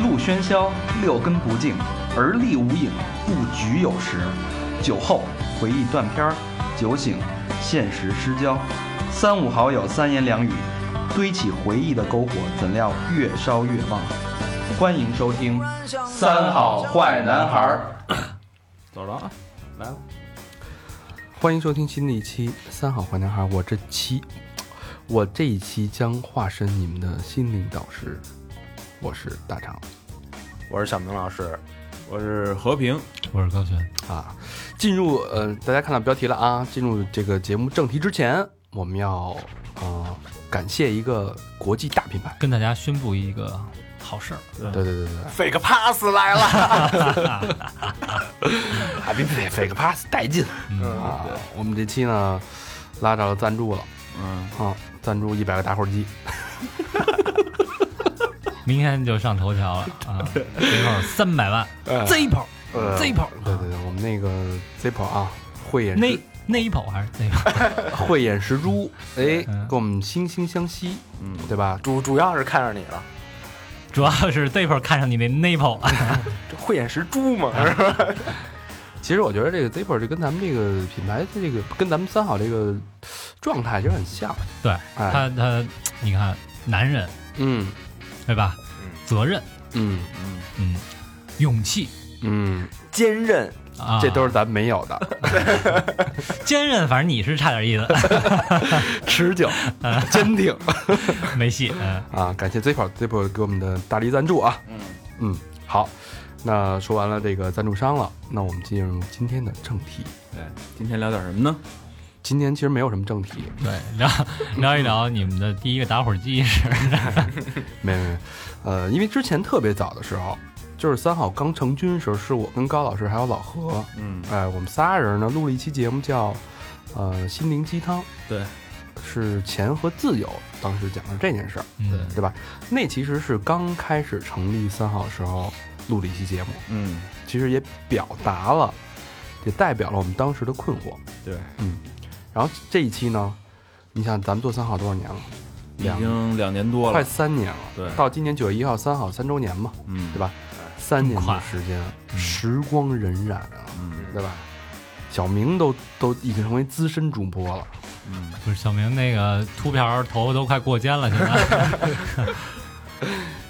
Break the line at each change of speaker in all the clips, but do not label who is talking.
路喧嚣，六根不净，而立无影，不局有时。酒后回忆断片儿，酒醒现实失焦。三五好友三言两语，堆起回忆的篝火，怎料越烧越旺。欢迎收听《三好坏男孩儿》。
走了啊，来吧。
欢迎收听新的一期《三好坏男孩》，我这期，我这一期将化身你们的心灵导师，我是大长
我是小明老师，
我是和平，
我是高璇，
啊。进入呃，大家看到标题了啊，进入这个节目正题之前，我们要呃感谢一个国际大品牌，
跟大家宣布一个好事儿，
对对对对，对
fake pass 来了，
啊别别别，fake pass 带劲
嗯，
啊！我们这期呢拉着赞助了
嗯，
啊，赞助一百个打火机，
明天就上头条了 啊，最后三百万，Zippo
呃
Zippo
对对对，我们那个 Zippo 啊，慧眼
那那一跑还是 Zippo，
慧眼识珠，哎，
嗯
跟我们惺惺相惜，
嗯
对吧？
主主要是看上你了，
主要是 Zippo 看上你那 Napo，
哎
这慧眼识珠嘛， 是吧？
其实我觉得这个 Zippo 这跟咱们这个品牌，这个跟咱们三好这个状态其实很像。
对
哎
他他，你看男人
嗯
对吧
嗯？
责任，
嗯
嗯，勇气
嗯，
坚韧，
啊，
这都是咱没有的，
坚韧，反正你是差点意思， 嗯
持久、 坚定
没戏，嗯，
啊！感谢 Zippo Zippo 给我们的大力赞助啊！
嗯
嗯，好，那说完了这个赞助商了，那我们进入今天的正题。
对，今天聊点什么呢？
今天其实没有什么正题，
对，聊聊一聊你们的第一个打火机是，
没没，没，呃，因为之前特别早的时候，就是三好刚成军时候，是我跟高老师还有老何，
嗯，
哎、我们仨人呢录了一期节目叫呃心灵鸡汤，
对，
是钱和自由，当时讲的这件事儿，
嗯，
对吧？那其实是刚开始成立三好时候录的一期节目，
嗯，
其实也表达了，也代表了我们当时的困惑，
对，
嗯，然后这一期呢，你想咱们做三好多少年了？
已
两
经两年多
快
了，
三年了，
对
到今年九月一号三好三周年嘛，
嗯，
对吧？三年
这么
的
快
时间，
嗯
时光荏苒啊，
嗯
对吧？小明都都已经成为资深主播了，
嗯，
不是小明那个秃瓢头发都快过肩了，现在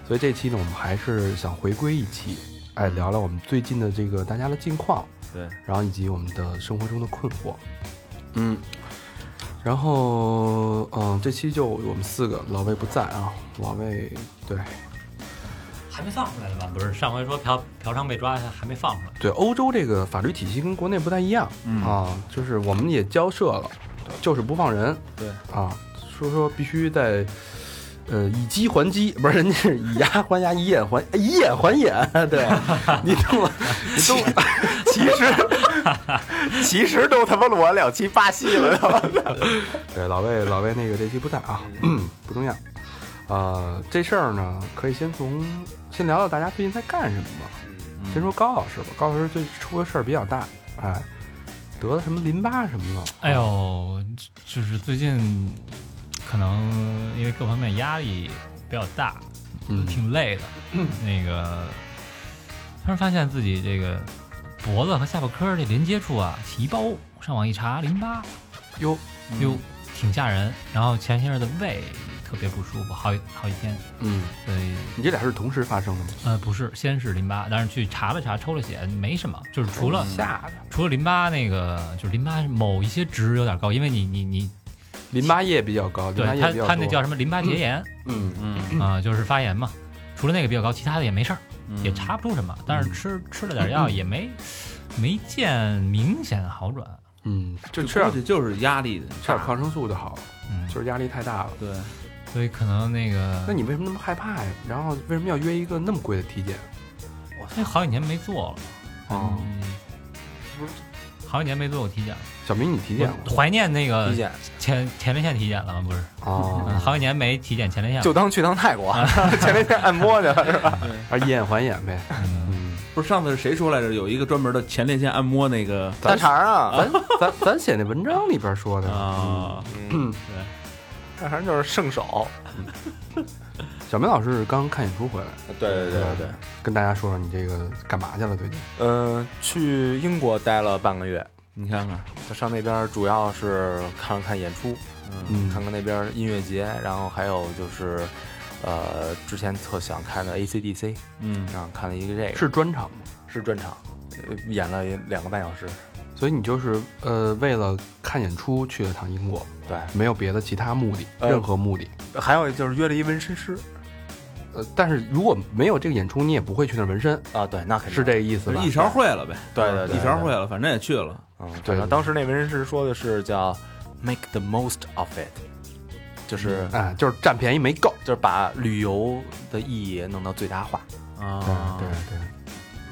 所以这期呢，我们还是想回归一期，哎，聊聊我们最近的这个大家的近况，
对，
然后以及我们的生活中的困惑，嗯，然后嗯，这期就我们四个，老魏不在啊，老魏对
还没放出来呢吧？不是，上回说嫖嫖娼被抓还没放出来，
对，欧洲这个法律体系跟国内不太一样、
嗯
啊，就是我们也交涉了，就是不放人，
对
啊，说说必须在，呃，以鸡还鸡，不是人家是以牙还牙，以眼还哎以眼还眼，对， 你懂吗？你懂吗？
其实 其实都他妈裸了两期巴西了都，
对，老魏老魏那个这期不在啊，嗯不重要。呃，这事儿呢，可以先从先聊聊大家最近在干什么吧。先说高老师吧，高老师最近出个事儿比较大，哎，得了什么淋巴什么的。
哎呦，就是最近可能因为各方面压力比较大，
嗯，
挺累的，那个突然发现自己这个脖子和下巴颏儿这连接处啊起一包，上网一查淋巴，
哟，
哟，挺吓人。然后前些日子胃特别不舒服，好几好几天，
嗯，
所以
你这俩是同时发生的吗？
呃，不是，先是淋巴，但是去查了查，抽了血，没什么，就是除了、
嗯
吓的，
除了淋巴那个，就是淋巴某一些值有点高，因为你你你，
淋巴液比较高，淋
对
巴
他
液比较
他那
多
叫什么淋巴结炎啊、啊
嗯
嗯
就是发炎嘛。除了那个比较高，其他的也没事儿，
嗯，
也查不出什么。但是
嗯
吃吃了点药，也没没见明显好转。
嗯，就
就
吃
这
点
去就是啊压力的，
吃点抗生素就好了，
嗯，
就是压力太大了。
对，
所以可能那个
那你为什么那么害怕呀？然后为什么要约一个那么贵的体检？
那哎好几年没做了，
哦，
嗯，好几年没做过体检了，
小明，你体检
我怀念那个
理解，
前前列腺体检了吗？不是，
过啊
嗯，
哦
好几年没体检前列腺了。
就当去趟泰 国，前两天按摩去了是吧？
啊，以眼还眼呗。
嗯
嗯，
不是上次谁说来着？有一个专门的前列腺按摩那个
大肠啊，
咱咱咱写那文章里边说
嗯
的，
嗯
啊，
大肠就是圣手，
小明老师是刚看演出回来，
对对对对对，
跟大家说说你这个干嘛去了？最近
呃，去英国待了半个月，
你看看，
就上那边主要是看了看演出，
嗯
看看那边音乐节，然后还有就是，呃，之前特想看的 AC/DC，
嗯，
然后看了一个这个，
是专场吗？
是专场，呃演了两个半小时，
所以你就是呃为了看演出去了趟英国，
对，
没有别的其他目的，
呃
任何目的。
还有就是约了一纹身师
呃，但是如果没有这个演出，你也不会去那儿纹身，
啊，对，那肯定
是这个意思吧？
一勺烩了呗，
对对对
一勺烩了，反正也去了，
嗯，
对
反
对
正当时那纹身师说的是叫 “make the most of it”，就是、
哎，就是占便宜没够。
就是把旅游的意义弄到最大化，
啊，
对对，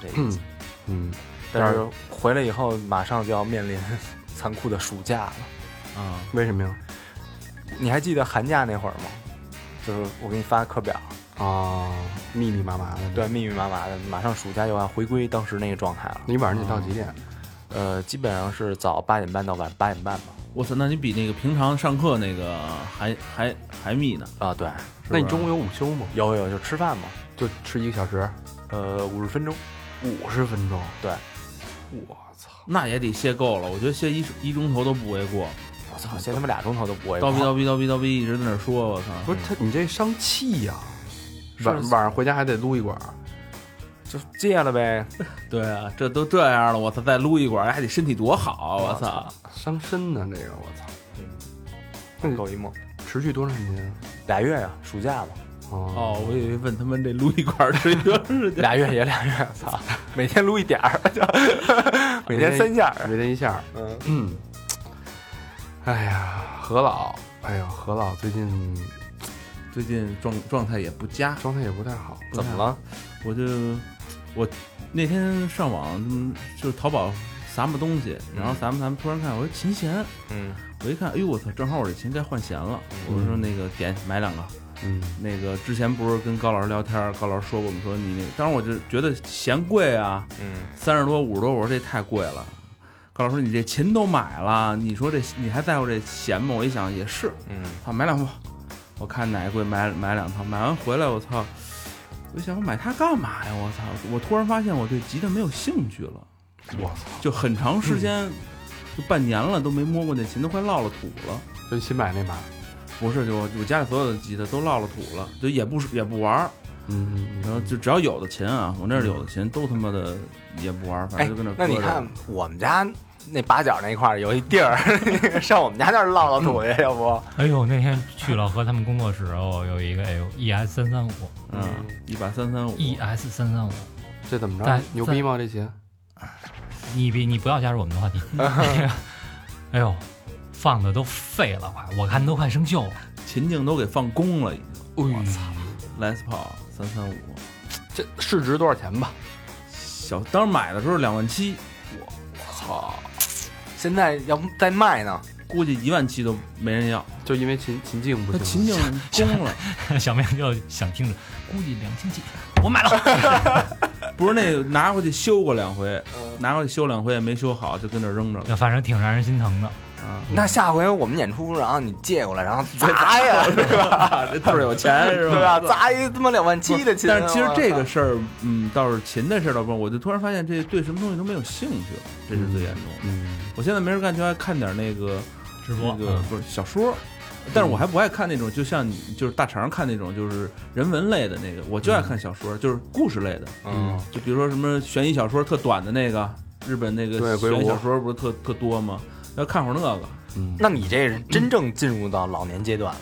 这个意
嗯
思。
嗯，
但是回来以后，马上就要面临 残酷的暑假了。
啊，
为什么呀？
你还记得寒假那会儿吗？就是我给你发课表，
啊，密密麻麻的。
对，，密密麻麻的，马上暑假就要回归当时那个状态了。
你晚上得到几点？
呃，基本上是早八点半到晚八点半吧。
我操，那你比那个平常上课那个还还还密呢，
啊，对，
那你中午有午休吗？
有有就吃饭嘛，
就吃一个小时，
呃，五十分钟。
五十分钟。
对，
我操，
那也得歇够了，我觉得歇一一钟头都不为过，
我操，现在他妈俩钟头都不会
叨
跑。
逼叨逼叨逼叨逼一直在那儿说，我操，
不是他，你这伤气呀。晚晚上回家还得撸一管儿，
就戒了呗。
对啊，这都这样了，我操，再撸一管还得身体多好，我操，
伤身呢。这个我操，嗯
够一梦，
持续多长时间啊？
俩月呀，暑假嘛，
哦，
哦，我以为问他们这撸一管是多长时间，
俩月也俩月，操， 每天撸一点儿， 每天三下儿。
每天一下儿。
嗯，
嗯，哎呀，何老，哎呀，何老最近
最近状状态也不佳，
状态也不太好，
怎么了？
我就我那天上网嗯就是淘宝撒么东西，然后咱们咱们突然看，我说琴弦，
嗯
我一看，哎呦我操，正好我这琴该换弦了，我说那个点买两个。
嗯
那个之前不是跟高老师聊天，高老师说过我们说你那，当时我就觉得嫌贵啊，
嗯，
三十多五十多，我说这太贵了。高老师说你这琴都买了，你说这你还在乎这弦吗？我一想也是，
嗯，
好买两套，我看哪个贵买买两套，买完回来我操，我就想我买它干嘛呀？我操！我突然发现我对吉他没有兴趣了，
我操，
就很长时间，就半年了都没摸过那琴，都快落了土了。
就新买那把，
不是，就我我家里所有的吉他都落了土了，就也不是也不玩儿，
嗯嗯
然后就只要有的琴啊，我那儿有的琴都他妈的也不玩儿，反
哎
正就跟，
那
搁
你
着
看我们家那八角那块儿 有一地儿，上我们家那儿落落土去，要不？
哎呦，那天去老何他们工作室，哦，有一个哎呦 ES 三三五
嗯，一把三三五，
，ES 三三五，
这怎么着
在？
牛逼吗？这些
你别你不要加入我们的话 题。哎呦，放的都废了，快，我看都快生锈了。
琴颈都给放空了已经。
我操，
Les Paul 三三五，
这市值多少钱吧？
小当时买的时候两万七，
操！现在要不再卖呢？
估计一万七都没人要。
就因为秦秦静不
他
行吗，
琴颈攻了，
小明就想听着，估计两星期，我买了。
不是那个拿回去修过两回，
嗯
拿回去修两回也没修好，就跟那儿扔着了。
反正挺让人心疼的。
啊，
那下回我们演出，然后你借过来，然后砸呀，啊是吧？
这倍儿有钱 是
对吧？砸一他妈两万七的琴。啊
但是其实这个事儿，嗯，倒是琴的事儿倒不是，我就突然发现这对什么东西都没有兴趣了，这是最严重的。
嗯，
我现在没事干就爱看点那个
直播嗯
那个不是小说，但是我还不爱看那种，就像你就是大肠看那种就是人文类的那个，我就爱看小说，就是故事类的，
哦
嗯，
就比如说什么悬疑小说特短的那个，日本那
对
个
鬼
悬疑
屋
小说不是特特多吗？要看会儿那个，
嗯
那你这是真正进入到老年阶段了。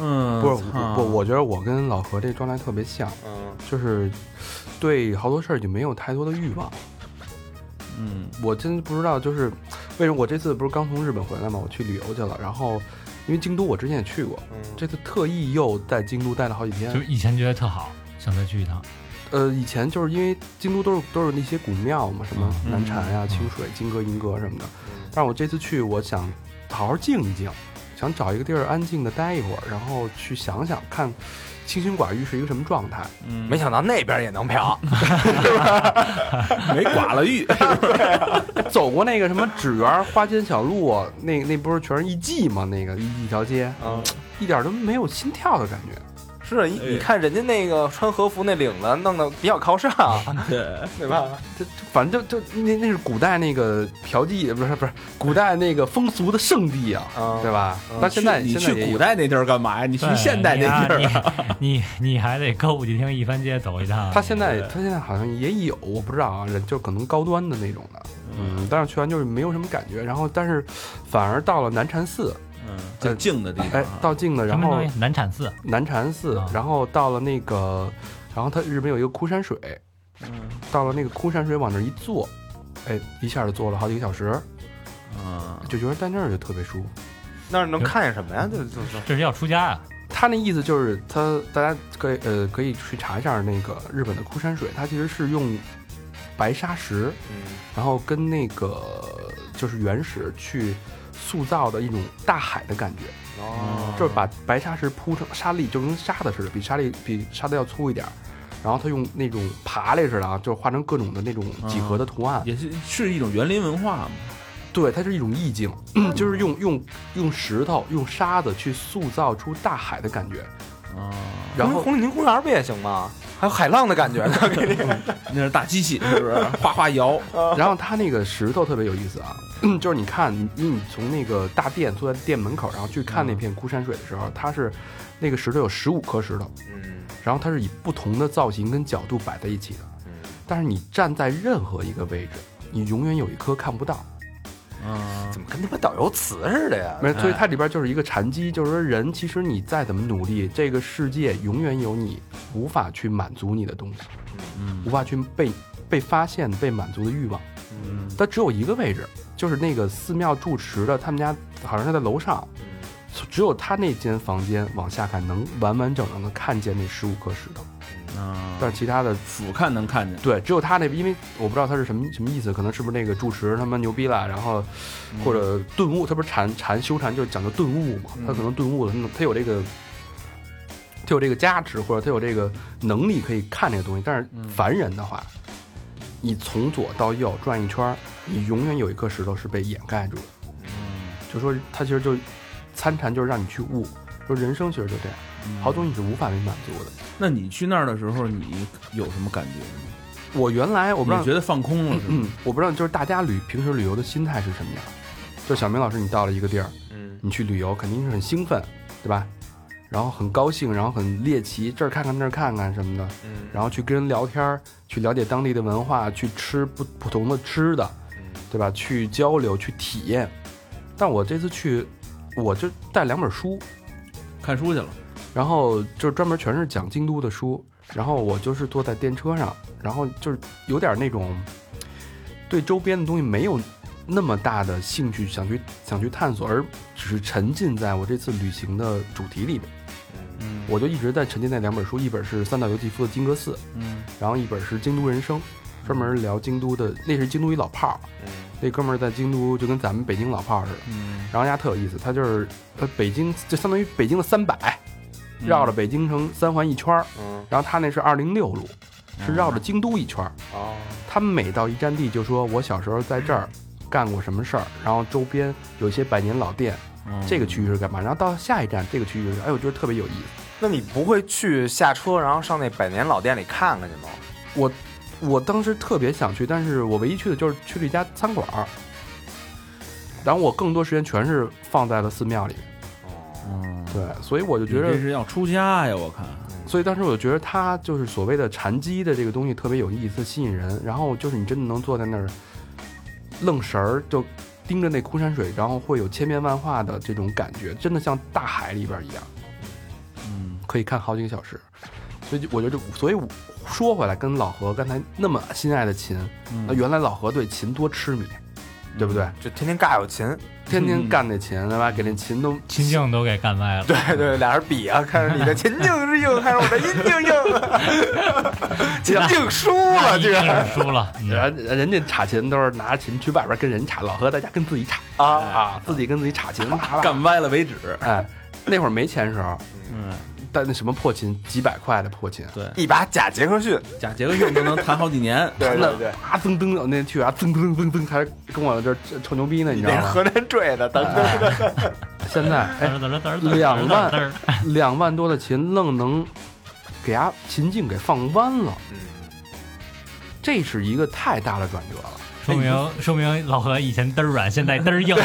嗯，
不是
操
我，我觉得我跟老何这状态特别像，
嗯
就是对好多事儿就没有太多的欲望。
嗯
我真不知道，就是为什么我这次不是刚从日本回来嘛，我去旅游去了，然后因为京都我之前也去过，
嗯，
这次特意又在京都待了好几
就是
天。
以前觉得特好，想再去一趟。
呃，以前就是因为京都都是都是那些古庙嘛，什么
嗯
南禅呀、
嗯
清水、金阁、银阁什么的。但是我这次去，我想好好静一静，想找一个地儿安静的待一会儿，然后去想想看清心寡欲是一个什么状态。
嗯，
没想到那边也能嫖。
没寡了欲，
走过那个什么纸园花间小路，那那不是全是艺妓吗？那个一一条街，
嗯，
一点都没有心跳的感觉。
是啊你你看人家那个穿和服那领子弄得比较靠上，
对，
对吧？
这这反正就就那那是古代那个嫖妓，不是不是古代那个风俗的圣地啊，
嗯
对吧？
嗯
到现在
你
现在
去
也
古
有
代那地儿干嘛呀？你去
对
现代那地儿
你啊，你你你还得歌舞伎町一番街走一 趟。
他现在他现在好像也有，我不知道啊，人就可能高端的那种的，嗯，但是去完就是没有什么感觉，然后但是反而到了南禅寺，
嗯，就静的地方
哎，
啊，
到静的，
什
然
么
后
东西？南产寺
南禅寺
啊，
然后到了那个，然后他日本有一个枯山水，
嗯
到了那个枯山水往那儿一坐，哎，一下就坐了好几个小时，
啊，
就觉得在那儿就特别舒服。
那儿能看见什么
哎
呀？就就是
这是要出家呀？啊
他那意思就是，他大家可以呃可以去查一下那个日本的枯山水，它其实是用白砂石，
嗯
然后跟那个就是原石去塑造的一种大海的感觉，
哦，
就是把白砂石铺成沙粒，就跟沙子似的，比沙粒比沙子要粗一点儿。然后他用那种爬类似的啊，就是画成各种的那种几何的图案，
也是是一种园林文化嘛，
对，它是一种意境，就是用用用石头、用沙子去塑造出大海的感觉。
啊，
然
红
后
红林公园不也行吗？还有海浪的感觉呢，给你
那是大机器是不是？哗哗摇，
然后它那个石头特别有意思啊， 就是你看，你你从那个大殿坐在店门口，然后去看那片枯山水的时候，它是那个石头有十五颗石头，
嗯
然后它是以不同的造型跟角度摆在一起的。
嗯
但是你站在任何一个位置，你永远有一颗看不到。
啊，
怎么跟他妈导游词似的呀？
没，所以它里边就是一个禅机，就是说人其实你再怎么努力，这个世界永远有你无法去满足你的东西，
嗯
无法去被被发现、被满足的欲望。
嗯
它只有一个位置，就是那个寺庙住持的，他们家好像是在楼上，
嗯
只有他那间房间往下看能完完整整的看见那十五颗石头，
啊，
但是其他的
俯瞰能看见，
对，只有他那，因为我不知道他是什么什么意思，可能是不是那个住持他妈牛逼了，然后或者顿悟，他不是禅禅修禅就是讲究顿悟嘛，他可能顿悟了，他有这个，他有这个加持，或者他有这个能力可以看这个东西。但是凡人的话，你从左到右转一圈儿，你永远有一颗石头是被掩盖住的。就说他其实就参禅就是让你去悟，说人生其实就这样，
嗯
好东西是无法被满足的。
那你去那儿的时候，你有什么感觉吗？
我原来我不知道
你觉得放空了是吗？
嗯，我不知道，就是大家旅平时旅游的心态是什么样。就小明老师，你到了一个地儿，
嗯
你去旅游肯定是很兴奋，对吧？然后很高兴，然后很猎奇，这儿看看那儿看看什么的，
嗯，
然后去跟人聊天儿，去了解当地的文化，去吃不不同的吃的，
嗯
对吧？去交流，去体验。但我这次去，我就带两本书，
看书去了，
然后就是专门全是讲京都的书，然后我就是坐在电车上，然后就是有点那种对周边的东西没有那么大的兴趣，想去想去探索，而只是沉浸在我这次旅行的主题里面。
嗯
我就一直在沉浸在两本书，一本是三岛由纪夫的《金阁寺》，
嗯
然后一本是《京都人生》，专门聊京都的，那是京都一老炮儿，
嗯
那哥们儿在京都就跟咱们北京老炮儿似的。
嗯，
然后家特有意思，他就是呃北京就相当于北京的三百，
嗯
绕着北京城三环一圈儿，
嗯
然后他那是二零六路，是绕
嗯
着京都一圈儿。
哦，
他每到一站地就说：“我小时候在这儿干过什么事儿。”然后周边有一些百年老店，嗯
哦嗯
这个区域是干嘛？然后到下一站这个区域是，哎，我觉得特别有意思。
那你不会去下车，然后上那百年老店里看看去吗？
我我当时特别想去，但是我唯一去的就是去了一家餐馆儿，然后我更多时间全是放在了寺庙里面。
嗯，
对，所以我就
我
觉得
这是要出家呀，我看，
所以当时我就觉得他就是所谓的禅机的这个东西特别有意思、吸引人。然后就是你真的能坐在那儿愣神儿，就盯着那枯山水，然后会有千变万化的这种感觉，真的像大海里边一样，
嗯
可以看好几个小时。所以就我觉得，所以我说回来，跟老何刚才那么心爱的琴，那
嗯，
原来老何对琴多痴迷，对不对？
就天天尬有琴，
天天干那琴，对吧？给那琴都
秦境都给干歪了。对，
对对，俩人比啊，看着你的琴颈是硬，看着我的阴茎硬， 琴颈输了，居然
输了。嗯
人人家插琴都是拿着琴去外边跟人插，老何在家跟自己插
啊，
啊，自己跟自己插琴，啪 啪
干歪了为止，
哎，那会儿没钱时候，
嗯，
带那什么破琴，几百块的破琴，
对，
一把假杰克逊，
假杰克逊都能弹好几年，
对对对，
啊噔噔，我那去啊，噔噔噔噔，还跟我这儿臭牛逼呢，你知
那
道
是
吗？
哎河南坠的，当时
现在
嘚
哎
儿嘚儿嘚儿嘚儿嘚儿
两万
嘚儿嘚儿
两万多的琴愣能给它琴颈给放弯了，
嗯
这是一个太大的转折了。
说明说明老何以前嘚儿软，现在嘚 儿硬。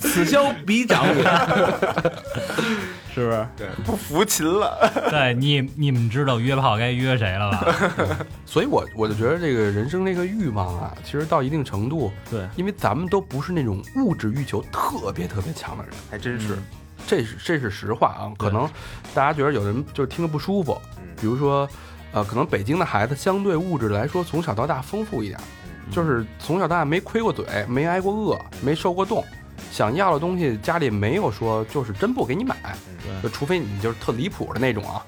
此消彼 长也，是不是？
不服琴了，
对你你们知道约炮该约谁了吧？
所以我我就觉得这个人生这个欲望啊，其实到一定程度，
对，
因为咱们都不是那种物质欲求特别特别强的人，
还真是。
这是这是实话啊。可能大家觉得有人就是听着不舒服，
嗯
嗯
比如说，呃，可能北京的孩子相对物质来说从小到大丰富一点，
嗯
就是从小到大没亏过嘴，没挨过饿，没受过冻，想要的东西家里没有说就是真不给你买，
嗯
就除非你就是特离谱的那种啊。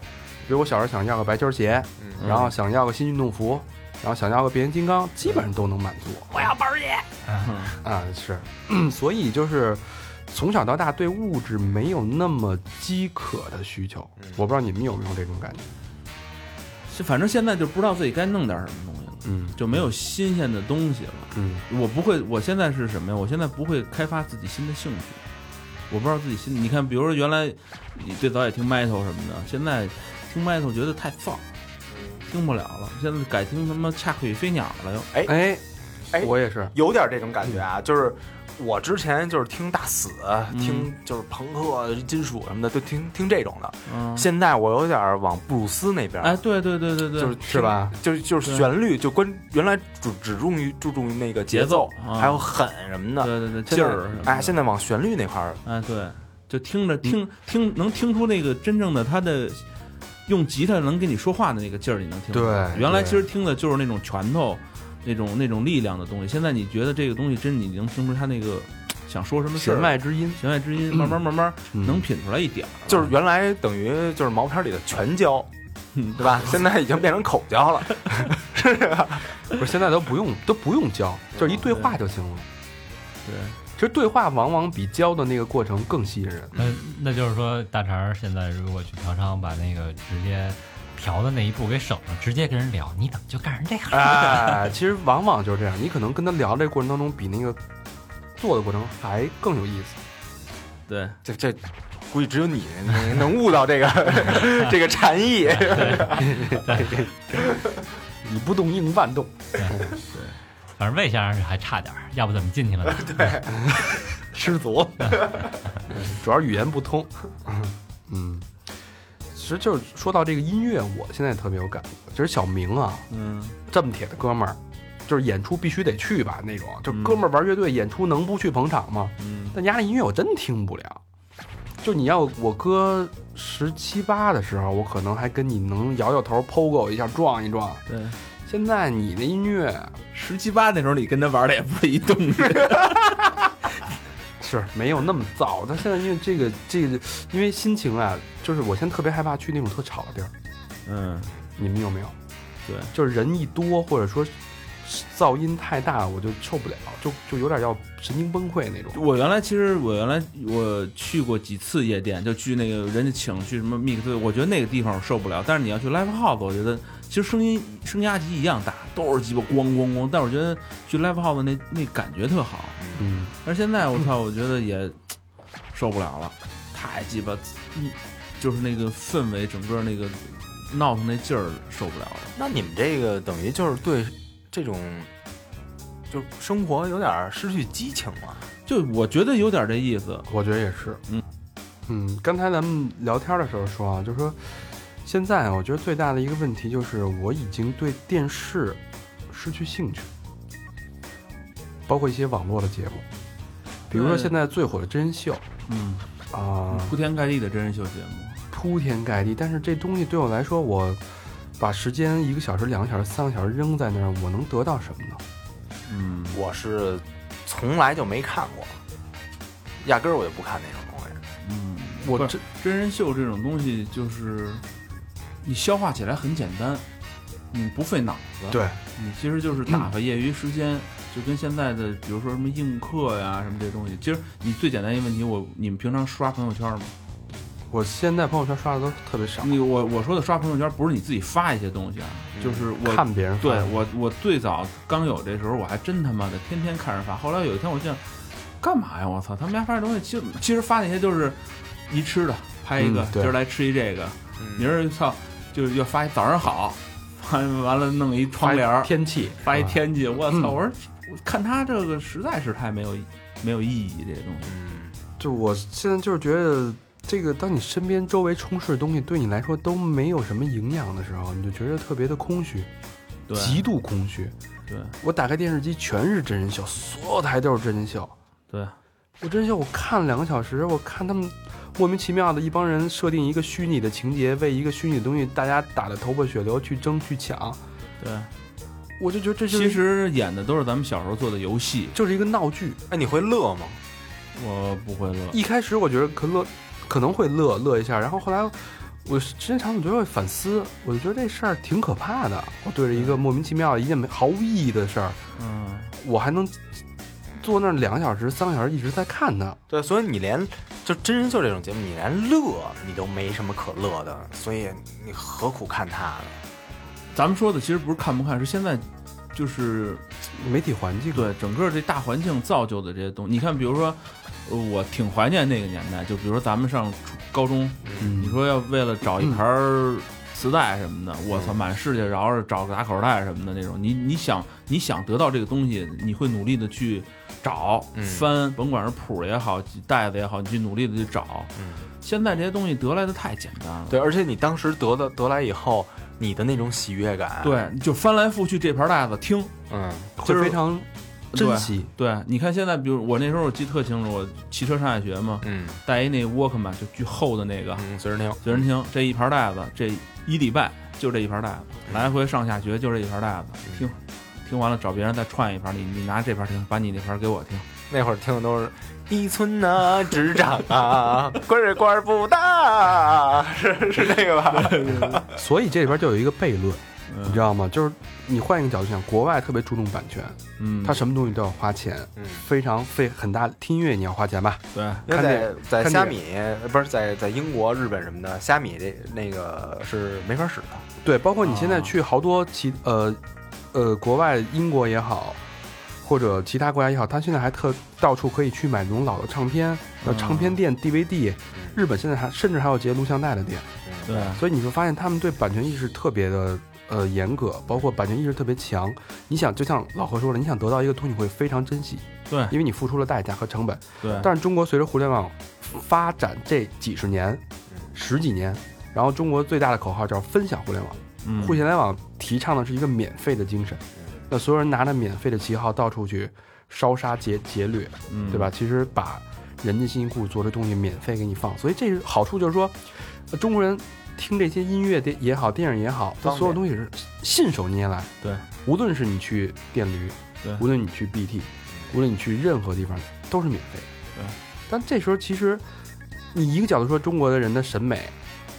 比如我小时候想要个白球鞋，
嗯
然后想要个新运动服，然后想要个变形金刚，基本上都能满足。
嗯我要包夜。
啊，是， 所以就是从小到大对物质没有那么饥渴的需求，
嗯
我不知道你们有没有这种感觉。
是反正现在就不知道自己该弄点什么东西了，
嗯
就没有新鲜的东西了。
嗯
我不会，我现在是什么呀？我现在不会开发自己新的兴趣，我不知道自己新。你看，比如说原来你最早也听 metal 什么的，现在听 metal 觉得太丧，听不了了。现在改听什么恰克与飞鸟了又。
哎
哎
我也是，
有点这种感觉啊，就是我之前就是听大死，听就是朋克、金属什么的，就听听这种的。
嗯，
现在我有点往布鲁斯那边，
哎，对对对对对，
就是
是吧？
就是就是
对
旋律，就关原来只只重于注重于那个节奏，嗯
节奏啊
还有狠什么的。
对对对
现在
劲儿什么的。
哎，现在往旋律那块儿，
哎，对，就听着听听能听出那个真正的他的用吉他能跟你说话的那个劲儿，你能听出来。
对
原来
对
其实听的就是那种拳头，那种那种力量的东西。现在你觉得这个东西真，你能听出他那个想说什么事儿
弦外之音
弦外嗯之音，慢慢慢慢
嗯
能品出来一点儿。
就是原来等于就是毛片里的全胶，
嗯
对吧？现在已经变成口胶了，是吧？
不是现在都不用都不用教，就是一对话就行了。
对，
其实对话往往比教的那个过程更吸引 人。
那那就是说，大肠儿现在如果去嫖娼，把那个直接嫖的那一步给省了，直接跟人聊，你怎么就干成这样？
哎，其实往往就是这样，你可能跟他聊这过程当中，比那个做的过程还更有意思。
对，
这这估计只有你能能悟到这 个这个禅意。
你不动应万动，
反正魏先生还差点儿，要不怎么进去了呢？
失足，主要语言不 通。嗯，其实就是说到这个音乐，我现在特别有感觉。其实小明啊，
嗯，
这么铁的哥们儿，就是演出必须得去吧那种。就哥们儿玩乐队演出能不去捧场吗？
嗯
但压力音乐我真听不了。就你要我哥十七八的时候，我可能还跟你能摇摇头、pogo 一下、撞一撞。
对，
现在你的音乐
十七八那时候你跟他玩的也不是一动作。
是没有那么燥，但现在因为这个这个，因为心情啊，就是我现在特别害怕去那种特吵的地儿，
嗯，
你们有没有？
对，
就是人一多，或者说噪音太大，我就受不了，就就有点要神经崩溃那种。
我原来其实我原来我去过几次夜店，就去那个人家请去什么 mix，我觉得那个地方我受不了。但是你要去 live house，我觉得其实声音声压级一样大，都是鸡巴咣咣咣。但我觉得去 live house 那那感觉特好。
嗯，
但是现在我操，我觉得也受不了了，太鸡巴，嗯就是那个氛围，整个那个闹腾那劲儿受不了了。
那你们这个等于就是对这种就生活有点失去激情了。
就我觉得有点这意思，
我觉得也是。
嗯
嗯，刚才咱们聊天的时候说啊，就是说现在啊我觉得最大的一个问题就是我已经对电视失去兴趣，包括一些网络的节目，比如说
对
现在最火的真人秀
嗯，
啊。
铺天盖地的真人秀节目，
铺天盖地，但是这东西对我来说，我把时间一个小时、两个小时、三个小时扔在那儿，我能得到什么呢？
嗯，
我是从来就没看过，压根儿我就不看那种东西。
嗯，
我
不
这
是真人秀这种东西，就是你消化起来很简单，你不费脑子。，
对
你其实就是打发业余时间，就跟现在的比如说什么映客呀什么这些东西。其实你最简单一个问题，我你们平常刷朋友圈吗？
我现在朋友圈刷的都特别少，
你我我说的刷朋友圈不是你自己发一些东西啊，就是我
嗯看别人发
对我，我最早刚有这时候，我还真他妈的天天看人发。后来有一天，我就想，干嘛呀？我操，他们家发这东西，其实其实发那些就是一吃的，拍一个，
嗯对
今儿来吃一这个，明儿操就是要发一早上好，完完了弄一窗帘儿，
天气
发一天气，我操！
嗯
我说我看他这个实在是太没有没有意义，这东西。
嗯
就我现在就是觉得，这个当你身边周围充斥的东西对你来说都没有什么营养的时候，你就觉得特别的空虚，
对
极度空虚。
对
我打开电视机全是真人秀，所有台都是真人秀。
对，
我真人秀我看了两个小时，我看他们莫名其妙的一帮人设定一个虚拟的情节，为一个虚拟的东西大家打的头破血流去争去抢，
对，
我就觉得这就是
其实演的都是咱们小时候做的游戏，
就是一个闹剧。
哎，你会乐吗？
我不会乐。
一开始我觉得可乐可能会乐乐一下，然后后来我时间长了，我就会反思，我就觉得这事儿挺可怕的。我对着一个莫名其妙、一件没毫无意义的事儿，
嗯，
我还能坐那儿两个小时、三个小时一直在看它。
对，所以你连就真人秀这种节目，你连乐你都没什么可乐的，所以你何苦看它呢？
咱们说的其实不是看不看，是现在就是
媒体环境，
对整个这大环境造就的这些东西。你看，比如说，呃我挺怀念那个年代，就比如说咱们上初高中，
嗯
你说要为了找一盘儿磁带什么的，我
嗯
操，满世界绕着找个打口袋什么的那种。你你想你想得到这个东西，你会努力的去找
嗯
翻，甭管是谱儿也好，袋子也好，你去努力的去找。现在这些东西得来的太简单了。
嗯对，而且你当时得的得来以后，你的那种喜悦感，，
对，就翻来覆去这盘袋子听，
嗯，
会
就是
非常珍惜。
对，你看现在，比如我那时候我记得特清楚，我骑车上下学嘛，
嗯
带一那 Walkman 就巨厚的那个
嗯，随时听，
随身听，这一盘带子，这一礼拜就这一盘带
嗯
子，来回上下学就这一盘带子，听，听完了找别人再串一盘，你你拿这盘听，把你那盘给我听，
那会儿听的都是一村啊，执掌啊，官儿官儿不大，是是那个吧？
所以这里边就有一个悖论，你
嗯
知道吗？就是你换一个角度想，国外特别注重版权，
嗯，
他什么东西都要花钱，
嗯
非常费很大。听音乐你要花钱吧？
对，
因为
看
在在
看
虾
电
米不是在在英国、日本什么的，虾米这那个是没法使的。
对，包括你现在
啊
去好多其呃呃国外，英国也好，或者其他国家也好，它现在还特到处可以去买那种老的唱片，呃，
嗯
唱片店、DVD。日本现在还甚至还有接录像带的店，
对，
所以你会发现他们对版权意识特别的呃严格，包括版权意识特别强。你想，就像老何说的，你想得到一个东西会非常珍惜，
对
因为你付出了代价和成本。
对，
但是中国随着互联网发展这几十年
嗯、
十几年，然后中国最大的口号叫分享互联网。
嗯
互，联网提倡的是一个免费的精神，那所有人拿着免费的旗号到处去烧杀劫劫掠，
嗯
对吧？？其实把人家辛辛苦苦做的东西免费给你放，所以这是好处就是说，呃中国人听这些音乐的也好，电影也好，它
方便
所有东西是信手拈来。
对，
无论是你去电驴，
对
无论你去 BT，无论你去任何地方，都是免费的。
对，
但这时候其实你一个角度说，中国的人的审美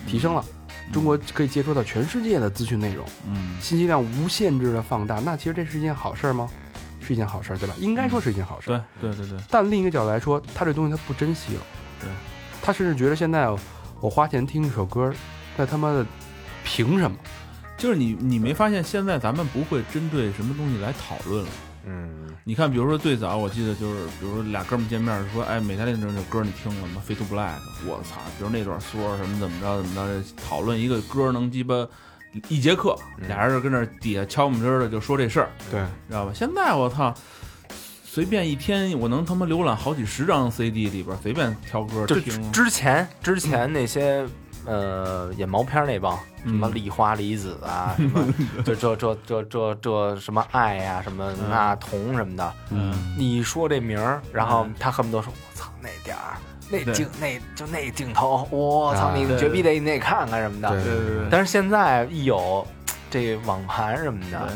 嗯
提升了，中国可以接触到全世界的资讯内容。
嗯，
信息量无限制的放大，那其实这是一件好事儿吗？是一件好事儿，对吧？应该说是一件好事儿。
对对对对，
但另一个角度来说，他这东西他不珍惜了。
对，
他甚至觉得现在哦我花钱听一首歌，那他妈的凭什么？
就是你你没发现现在咱们不会针对什么东西来讨论了。
嗯，
你看，比如说最早我记得就是，比如说俩哥们见面说，哎，美加利那首歌你听了吗？Fade to Black，我操！比如那段说什么怎么着怎么着，讨论一个歌能鸡巴一节课，
嗯
俩人就跟那儿底下敲木枝儿的就说这事儿，
对，
知道吧？现在我操，随便一天我能他妈浏览好几十张 CD 里边，随便挑歌
就
听。
之前之前那些呃演毛片那帮。什么
嗯
梨花离子啊，什 么这这这这这这什么爱呀、什么
嗯
那童什么的，
嗯，
你说这名儿，然后
嗯
他恨不得说：“我操，那点儿，那
对
镜，那就那镜头，我操，
啊
你
对
绝逼得你得看看什么
对
的。
对对”对
但是现在一有这网盘什么
对
的，，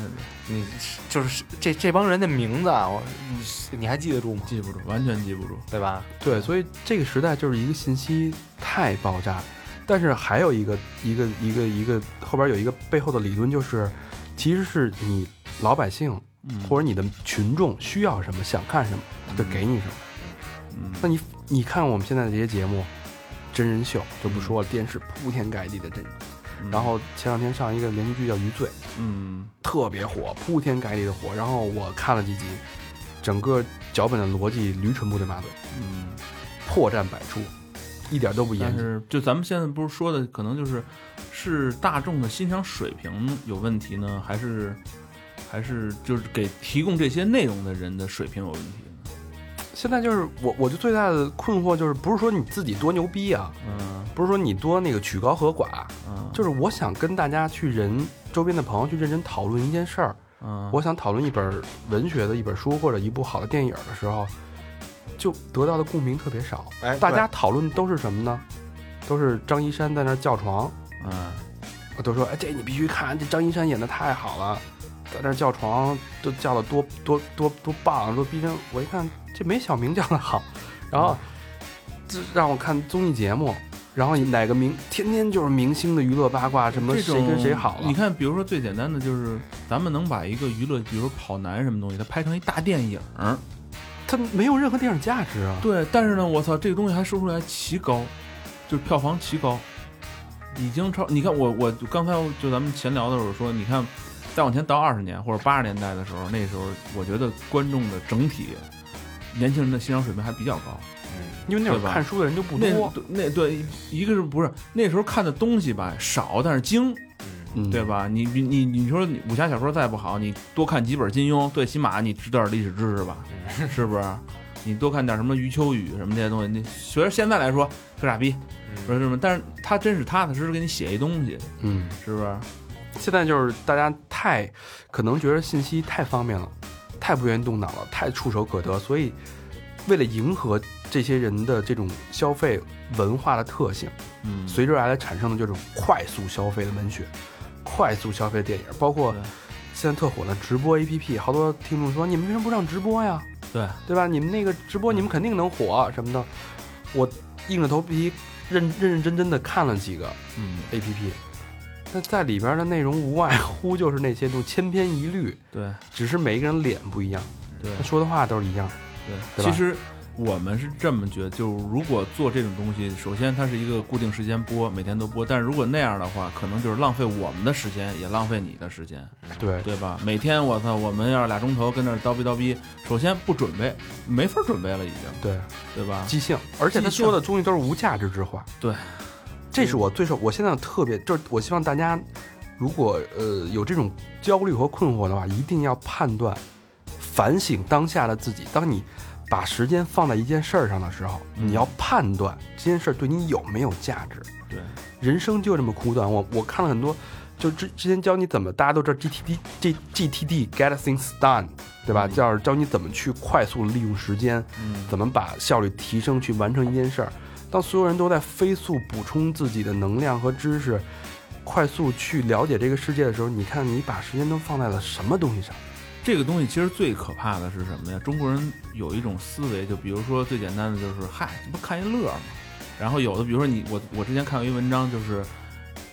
你就是这这帮人的名字啊，我你你还记得住吗？
记不住，完全记不住。
对吧？
对，所以这个时代就是一个信息太爆炸。但是还有一个一个一个一个后边有一个背后的理论，就是其实是你老百姓
嗯，
或者你的群众需要什么、想看什么，他就给你什么。
嗯
那你你看我们现在的这些节目，真人秀就不说了，电视铺天盖地的真人。
嗯
然后前两天上一个连续剧叫《余罪》，
嗯，
特别火，铺天盖地的火。然后我看了几集，整个脚本的逻辑驴唇不对马嘴，
嗯，
破绽百出，一点都不
但
严谨。
是就咱们现在不是说的，可能就是是大众的欣赏水平有问题呢，还是还是就是给提供这些内容的人的水平有问题呢？
现在就是我，我就最大的困惑就是，不是说你自己多牛逼啊，
嗯
不是说你多那个曲高和寡，啊
嗯，
就是我想跟大家去人周边的朋友去认真讨论一件事儿，
嗯，
我想讨论一本文学的一本书或者一部好的电影的时候，就得到的共鸣特别少。
哎，
大家讨论都是什么呢？都是张一山在那儿叫床，
嗯
都说哎这你必须看，这张一山演的太好了，在那儿叫床都叫的多多多多棒多逼真。我一看这没小明叫的好，然后这让我看综艺节目。然后哪个明天天就是明星的娱乐八卦，什么
这
谁
种
跟谁好了
你，看，比如说最简单的就是，咱们能把一个娱乐，比如说跑男什么东西，它拍成一大电影儿。
它没有任何电影价值啊。
对，但是呢，我操，这个东西还说出来奇高，就是票房奇高，已经超。你看我，我刚才就咱们闲聊的时候说，你看，再往前倒二十年或者八十年代的时候，那时候我觉得观众的整体年轻人的欣赏水平还比较高。
因为那会
对
儿
吧
看书的人就不
那
多，
那对，一个是不是那时候看的东西吧少，但是精，
嗯
对？吧？你你你你说你武侠小说再不好，你多看几本金庸，最起码你知道点历史知识吧？
嗯
是不是？你多看点什么余秋雨什么这些东西，你学着现在来说特傻逼，
嗯
说什么？但是他真是踏踏实实给你写一东西，
嗯，
是不是？
现在就是大家太可能觉得信息太方便了，太不愿意动脑了，太触手可得，所以为了迎合这些人的这种消费文化的特性，
嗯，
随之而来产生的就是快速消费的文学，快速消费的电影，包括
对
现在特火的直播 APP，好多听众说你们为什么不上直播呀？
对嗯
对吧？你们那个直播，你们肯定能火什么的。我硬着头皮认认认真真的看了几个
嗯
APP，那在里边的内容无外乎就是那些都千篇一律，
对
只是每一个人脸不一样，
对
他说的话都是一样。
对，其
对吧
实。我们是这么觉得，就是如果做这种东西，首先它是一个固定时间播，每天都播。但是如果那样的话，可能就是浪费我们的时间，也浪费你的时间。
对，
对吧？每天我操，我们要是俩钟头跟那儿叨逼叨逼，首先不准备，没法准备了已经，
对，
对吧？
即兴，而且他
即兴
说的东西都是无价值之话。
对，
这是我最受，我现在特别就是我希望大家，如果呃有这种焦虑和困惑的话，一定要判断、反省当下的自己。当你把时间放在一件事儿上的时候，
嗯
你要判断这件事儿对你有没有价值。
对，
人生就这么苦短，我我看了很多。就之之前教你怎么，大家都知道 GTD G GTD Get Things Done，对吧？
嗯
教教你怎么去快速利用时间，
嗯，
怎么把效率提升去完成一件事儿。当所有人都在飞速补充自己的能量和知识，快速去了解这个世界的时候，你看你把时间都放在了什么东西上？
这个东西其实最可怕的是什么呀？中国人有一种思维，就比如说最简单的就是，嗨，这不看一乐嘛。然后有的，比如说你我我之前看过一文章，就是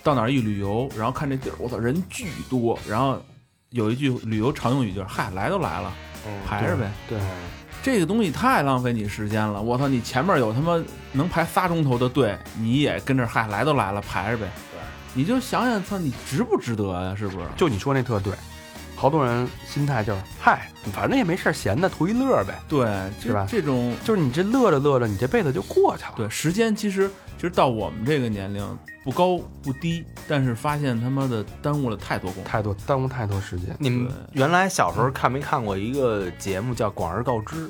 到哪儿一旅游，然后看这地儿，我操，人巨多，然后有一句旅游常用语就是，嗨，来都来了，
嗯
排着呗。
嗯对，
这个东西太浪费你时间了，我操！你前面有他妈能排仨钟头的队，你也跟这儿嗨，来都来了，排着呗。
对，
你就想想，操，你值不值得呀、是不是？
就你说那特对，好多人心态就是嗨，反正也没事儿闲的，图一乐儿呗。
对，
是吧
这这种
就是你这乐着乐着，你这辈子就过去了。
对时间，其实其实到我们这个年龄不高不低，但是发现他妈的耽误了太多功夫。
太多耽误太多时间。
你们
对
原来小时候看没看过一个节目叫《广而告之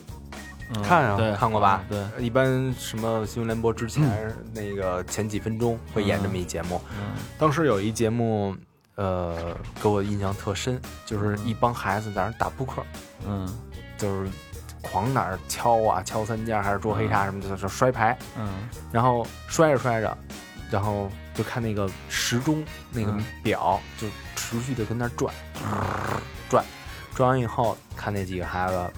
嗯、
看啊
对，嗯
看过吧
对，》？
一般什么新闻联播之前那个前几分钟会演这么一节目。
嗯
当时有一节目，呃，给我印象特深，就是一帮孩子在那儿打扑克，
嗯
就是狂哪儿敲啊，敲三家还是捉黑叉什么的，就是摔牌，
嗯
然后摔着摔着，然后就看那个时钟那个
嗯
表就持续的跟那儿转，嗯转，转完以后看那几个孩子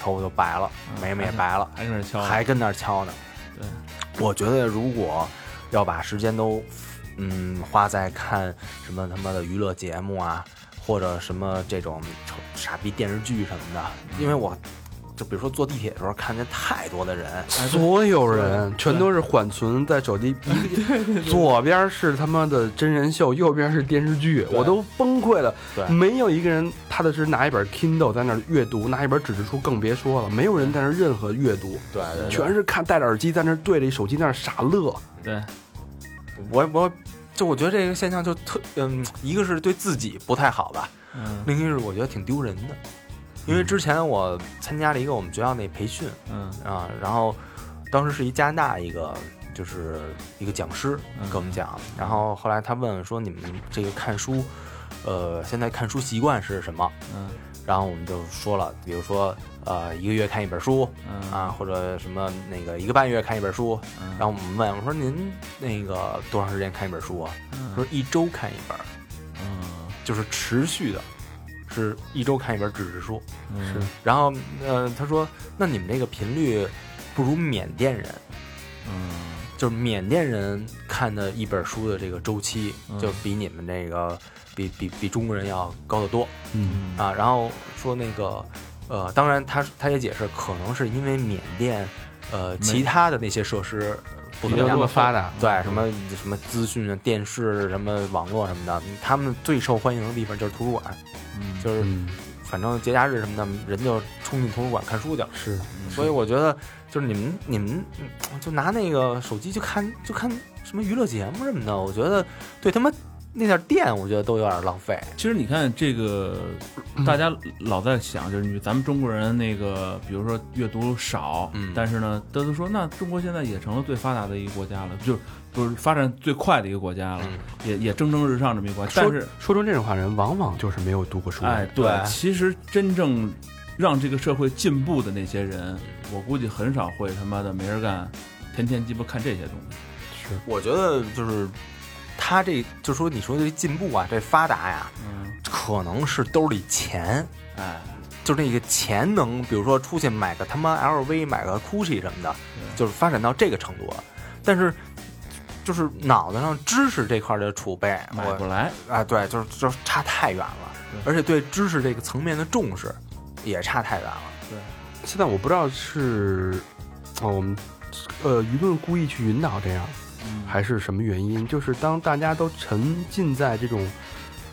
头发都白了，
嗯
眉毛也白了，
还跟那敲，啊
还跟那儿敲呢。
对，
我觉得如果要把时间都嗯花在看什么他妈的娱乐节目啊，或者什么这种丑傻逼电视剧什么的，因为我就比如说坐地铁的时候，看见太多的人，
所有人全都是缓存在手机，一左边是他妈的真人秀，右边是电视剧，我都崩溃了。
对
没有一个人踏踏实实拿一本 Kindle 在那儿阅读，拿一本纸质书更别说了，没有人在那儿任何阅读，
对对对
全是看戴着耳机在那儿对着一手机在那儿傻乐。
对，
我我就我觉得这个现象就特嗯，一个是对自己不太好吧，
嗯
另一个是我觉得挺丢人的，因为之前我参加了一个我们学校那培训
嗯
啊，然后当时是一加拿大一个就是一个讲师
嗯
跟我们讲，然后后来他问说你们这个看书，呃，现在看书习惯是什么？
嗯
然后我们就说了，比如说呃一个月看一本书
嗯
啊，或者什么那个一个半月看一本书，
嗯，
然后我们问我说您那个多长时间看一本书啊？他说一周看一本，
嗯
就是持续的，是一周看一本纸质书。
嗯
是
然后呃，他说那你们这个频率不如缅甸人，
嗯
就是缅甸人看的一本书的这个周期
嗯
就比你们这个比比比中国人要高得多
嗯，
嗯
啊。然后说那个呃，当然他他也解释，可能是因为缅甸呃其他的那些设施不
比
怎
较
么
那
样
么。发达，嗯
对，什么什么资讯啊、电视、什么网络什么的，嗯他们最受欢迎的地方就是图书馆，
嗯
就是
嗯，
反正节假日什么的，人就冲进图书馆看书去了。
是
所以我觉得，就是你们你们嗯就拿那个手机就看就看什么娱乐节目什么的，我觉得对他们那点电，我觉得都有点浪费。
其实你看这个， 大家老在想，就是你咱们中国人那个，比如说阅读少，
嗯
但是呢，大家都说那中国现在也成了最发达的一个国家了，就是就是发展最快的一个国家了，
嗯
也也蒸蒸日上这么一个国家。但
说
是，
说出这种话的人，往往就是没有读过书。
哎，对，
对
其实真正让这个社会进步的那些人，我估计很少会他妈的没事干，天天鸡巴看这些东西。
是
我觉得就是他这就说你说这进步啊，这发达呀，
嗯，
可能是兜里钱，
哎，
就那个钱能，比如说出去买个他妈 LV、买个 GUCCI 什么的，就是发展到这个程度了。但是就是脑袋上知识这块的储备，
买不
我
来，
啊，对，就是就是差太远了，而且对知识这个层面的重视也差太远了。
现在我不知道是啊、我们呃舆论故意去引导这样，
嗯
还是什么原因？就是当大家都沉浸在这种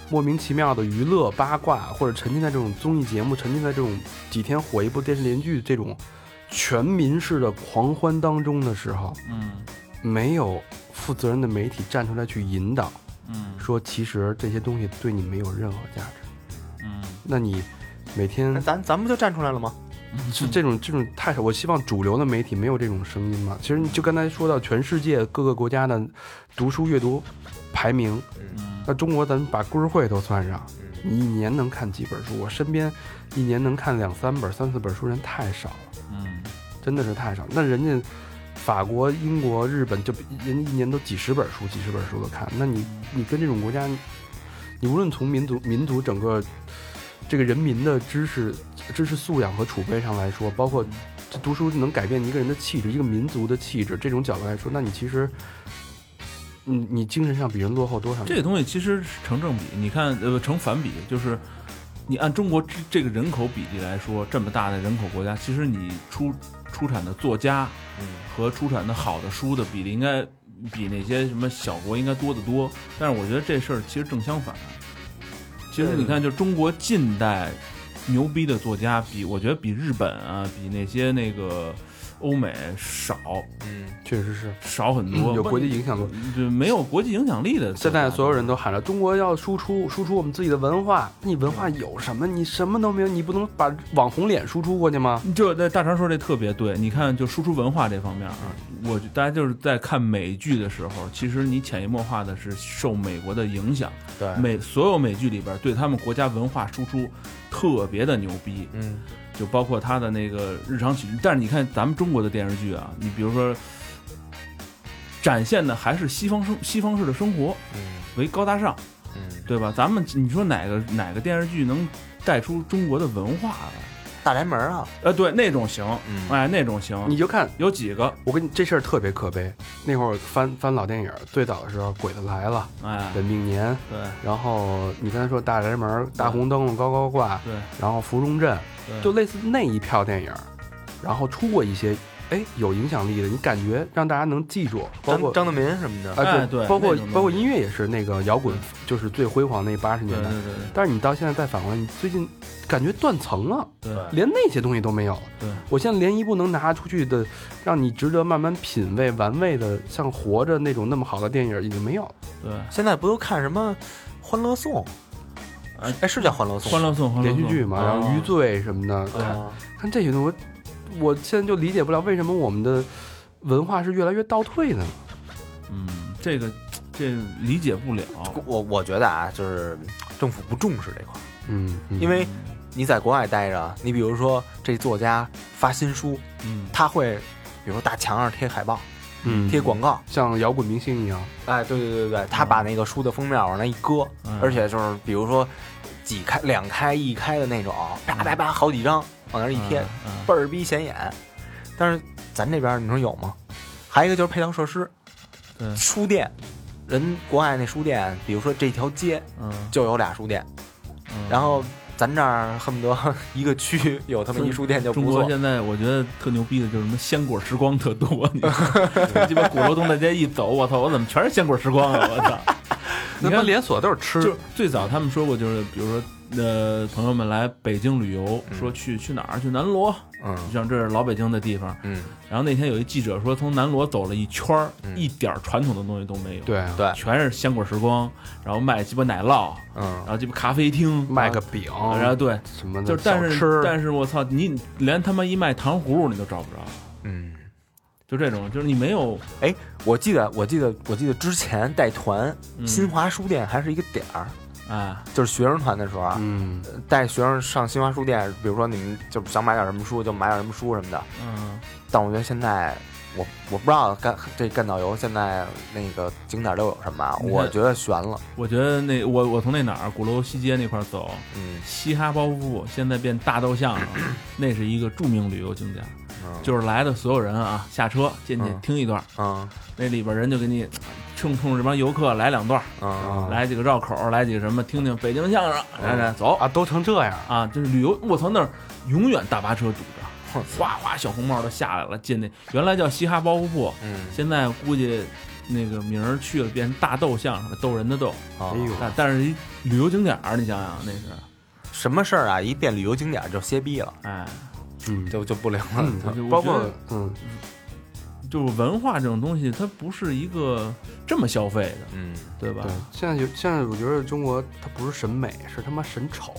莫名其妙的娱乐八卦，或者沉浸在这种综艺节目、沉浸在这种几天火一部电视连续剧这种全民式的狂欢当中的时候，
嗯
没有负责任的媒体站出来去引导，
嗯
说其实这些东西对你没有任何价值。
嗯，
那你每天
那咱咱们不就站出来了吗？
是这种这种太少，我希望主流的媒体没有这种声音嘛。其实你就刚才说到全世界各个国家的读书阅读排名，
嗯
那中国咱们把故事会都算上，
嗯，
你一年能看几本书？我身边一年能看两三本、三四本书人太少了，
嗯
真的是太少。那人家法国、英国、日本就人家一年都几十本书、几十本书都看，那你你跟这种国家，你无论从民族、民族整个这个人民的知识、知识素养和储备上来说，包括这读书能改变一个人的气质、一个民族的气质，这种角度来说，那你其实，你你精神上比人落后多少？
这个东西其实是成正比，你看呃成反比，就是你按中国这这个人口比例来说，这么大的人口国家，其实你出出产的作家嗯
嗯
和出产的好的书的比例，应该比那些什么小国应该多得多。但是我觉得这事儿其实正相反，其实你看，就中国近代牛逼的作家比，我觉得比日本啊，比那些那个欧美少
嗯，
确实是。
少很多，
嗯有国际影响力
就没有国际影响力的作家。
现在所有人都喊着中国要输出，输出我们自己的文化。那你文化
嗯
有什么？你什么都没有，你不能把网红脸输出过去吗？
这这大肠说这特别对，你看就输出文化这方面啊，我大家就是在看美剧的时候，其实你潜移默化的是受美国的影响，
对，
美所有美剧里边对他们国家文化输出特别的牛逼，
嗯，
就包括他的那个日常喜剧。但是你看咱们中国的电视剧啊，你比如说展现的还是西方生西方式的生活
嗯
为高大上，
嗯，
对吧？咱们你说哪个哪个电视剧能带出中国的文化来？
大宅门啊，
呃，对，那种行，
嗯
哎，那种行，
你就看，
有几个？
我跟你这事儿特别可悲。那会儿翻翻老电影，最早的时候《鬼子来了
哎》，
本命年，
对
然后你刚才说《大宅门》《大红灯笼高高挂》，
对
然后《芙蓉镇》，
对，
就类似那一票电影。然后出过一些哎有影响力的，你感觉让大家能记住，包
张
括
张德民什么的，
啊
哎对
包括
那种东西
包括音乐也是那个摇滚，就是最辉煌那八十
对
年
对
代。
对
但是你到现在再反过来，你最近感觉断层了，
对对
连那些东西都没有了。
对
我现在连一部能拿出去的，让你值得慢慢品味、玩味的，像《活着》那种那么好的电影已经没有了。
对，
现在不都看什么《欢乐颂》？
哎
哎，是叫《欢乐颂》？
欢乐颂欢乐
连
颂
续剧嘛，
啊
然后《余罪》什么的，看
啊，
看这些东西，我我现在就理解不了为什么我们的文化是越来越倒退的呢。
嗯，这个这理解不了，
我我觉得啊，就是政府不重视这块儿，
嗯，嗯
因为你在国外待着，你比如说这作家发新书，
嗯，
他会，比如说大墙上贴海报、
嗯
贴广告，
像摇滚明星一样，
哎，对对对对，他把那个书的封面往那一搁，
嗯
而且就是比如说几开、两开、一开的那种，叭叭叭好几张往那儿一贴，
嗯
倍儿逼显眼。但是咱这边儿你说有吗？还有一个就是配套设施，
对
书店，人国外那书店，比如说这条街
嗯，
就有俩书店，
嗯
然后咱这儿恨不得 一个区有他们一书店就
中
不
国
错。
现在我觉得特牛逼的就是什么鲜果时光特多，你知道吗鸡巴鼓楼东大街一走，我操，我怎么全是鲜果时光啊！我操，你看
连锁都是
就
吃
是最早他们说过，就是比如说呃，朋友们来北京旅游，
嗯
说去去哪儿？去南锣，
嗯
像这是老北京的地方。
嗯，
然后那天有一记者说，从南锣走了一圈儿，
嗯
一点儿传统的东西都没有，，
对啊，
对，
全是鲜果时光，然后卖鸡巴奶酪，
嗯
然，后鸡巴咖啡厅，啊
卖个饼，
然后对，
什么的，
就是但
小
是
吃，
但是我操，你连他妈一卖糖葫芦你都找不着。
嗯，
就这种，就是你没有
我记得，我记得，我记得之前带团，
嗯
新华书店还是一个点儿，
啊，
就是学生团的时候啊，
嗯，
带学生上新华书店，比如说你们就想买点什么书，就买点什么书什么的。
嗯，
但我觉得现在，我我不知道干这干导游现在那个景点都有什么啊，
你看
我觉得悬了。
我觉得那我我从那哪儿鼓楼西街那块儿走，
嗯，
嘻哈包袱现在变大豆巷 了，那是一个著名旅游景点，
啊
嗯
就是来的所有人啊，下车进去
嗯
听一段，
嗯
那里边人就给你冲冲这帮游客来两段，
嗯
啊
来几个绕口，来几个什么，听听北京相声，来来走
啊，都成这样，
啊，就是旅游，我操那儿永远大巴车堵着，哗哗小红帽都下来了，进那原来叫嘻哈包袱铺，
嗯，
现在估计那个名儿去了变成大豆相声了，逗人的逗。
啊
哎呦，
但但是一旅游景点儿，你想想那是，
什么事儿啊？一变旅游景点就歇逼了，
哎，
嗯，
就就不灵了。
嗯
我就我
包
觉
括
得
嗯，
就是文化这种东西，它不是一个这么消费的，
嗯，
对吧
对？，现在有现在我觉得中国它不是审美，是他妈审丑。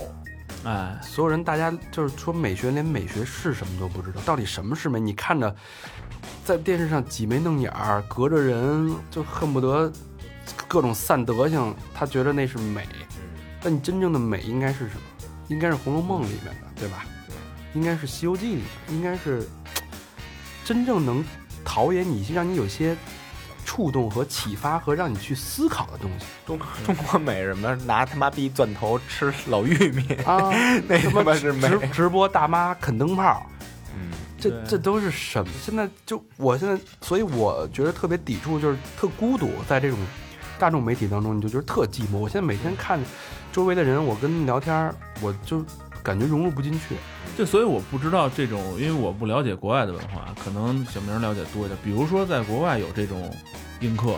哎，
所有人大家就是说美学，连美学是什么都不知道，到底什么是美？你看着在电视上挤眉弄眼儿，隔着人就恨不得各种散德性，他觉得那是美。但你真正的美应该是什么？应该是《红楼梦》里面的，对吧？应该是《西游记》里面，应该是嘖真正能陶冶你，让你有些触动和启发，和让你去思考的东西
中中国美什么？拿他妈逼钻头吃老玉 米，
啊。
那他妈是美。
直直播大妈啃灯泡，
嗯
这
对
这都是什么？现在就我现在，所以我觉得特别抵触，就是特孤独，在这种大众媒体当中，你就觉得特寂寞。我现在每天看周围的人，我跟他们聊天儿，我就感觉融入不进去。
就所以我不知道这种，因为我不了解国外的文化，可能小明了解多一点。比如说在国外有这种映客，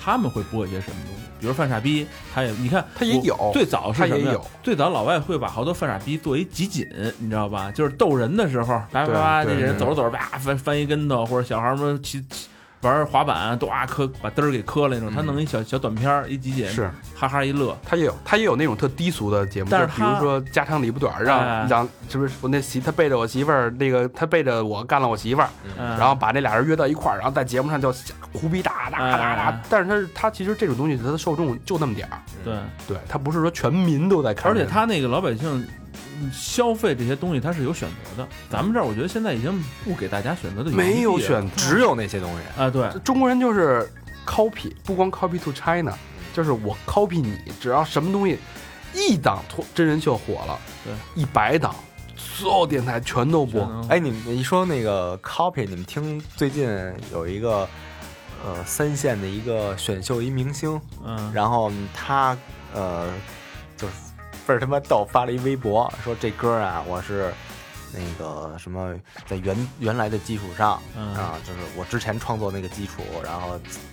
他们会播一些什么东西，比如犯傻逼，他也你看
他也
我
有
最早是
他
什
也
么呀
有？
最早老外会把好多犯傻逼做一集锦，你知道吧？就是逗人的时候，叭叭
对
叭，那
对
人
对
走着走着叭翻翻一跟头，或者小孩儿们骑骑玩滑板，都啊磕把嘚儿给磕了那种，他
嗯
弄一小小短片儿一集锦，
是
哈哈一乐，
他也有，他也有那种特低俗的节目，
但是
就比如
他
说家长里不短儿，让、
哎
让是不是我那媳他背着我媳妇儿，那个他背着我干了我媳妇儿，
嗯
然后把那俩人约到一块儿，然后在节目上就胡逼哒哒哒
哎
哒。但是他是他其实这种东西，他的受众就那么点儿，
对，
对他不是说全民都在看，
而且他那个老百姓。消费这些东西，他是有选择的。咱们这儿，我觉得现在已经不给大家选择的余地了
没有选择，
只有那些东西。
啊，对，
中国人就是 copy，不光 copy to China，就是我 copy 你，只要什么东西一档脱真人秀火了，
对，嗯
一百档，所有电台全都播
全。能
哎，你们一说那个 copy，你们听最近有一个呃三线的一个选秀一明星，
嗯，
然后他呃就是倍儿他妈逗，发了一微博说这歌啊我是那个什么，在原原来的基础上
嗯
啊，就是我之前创作那个基础，然后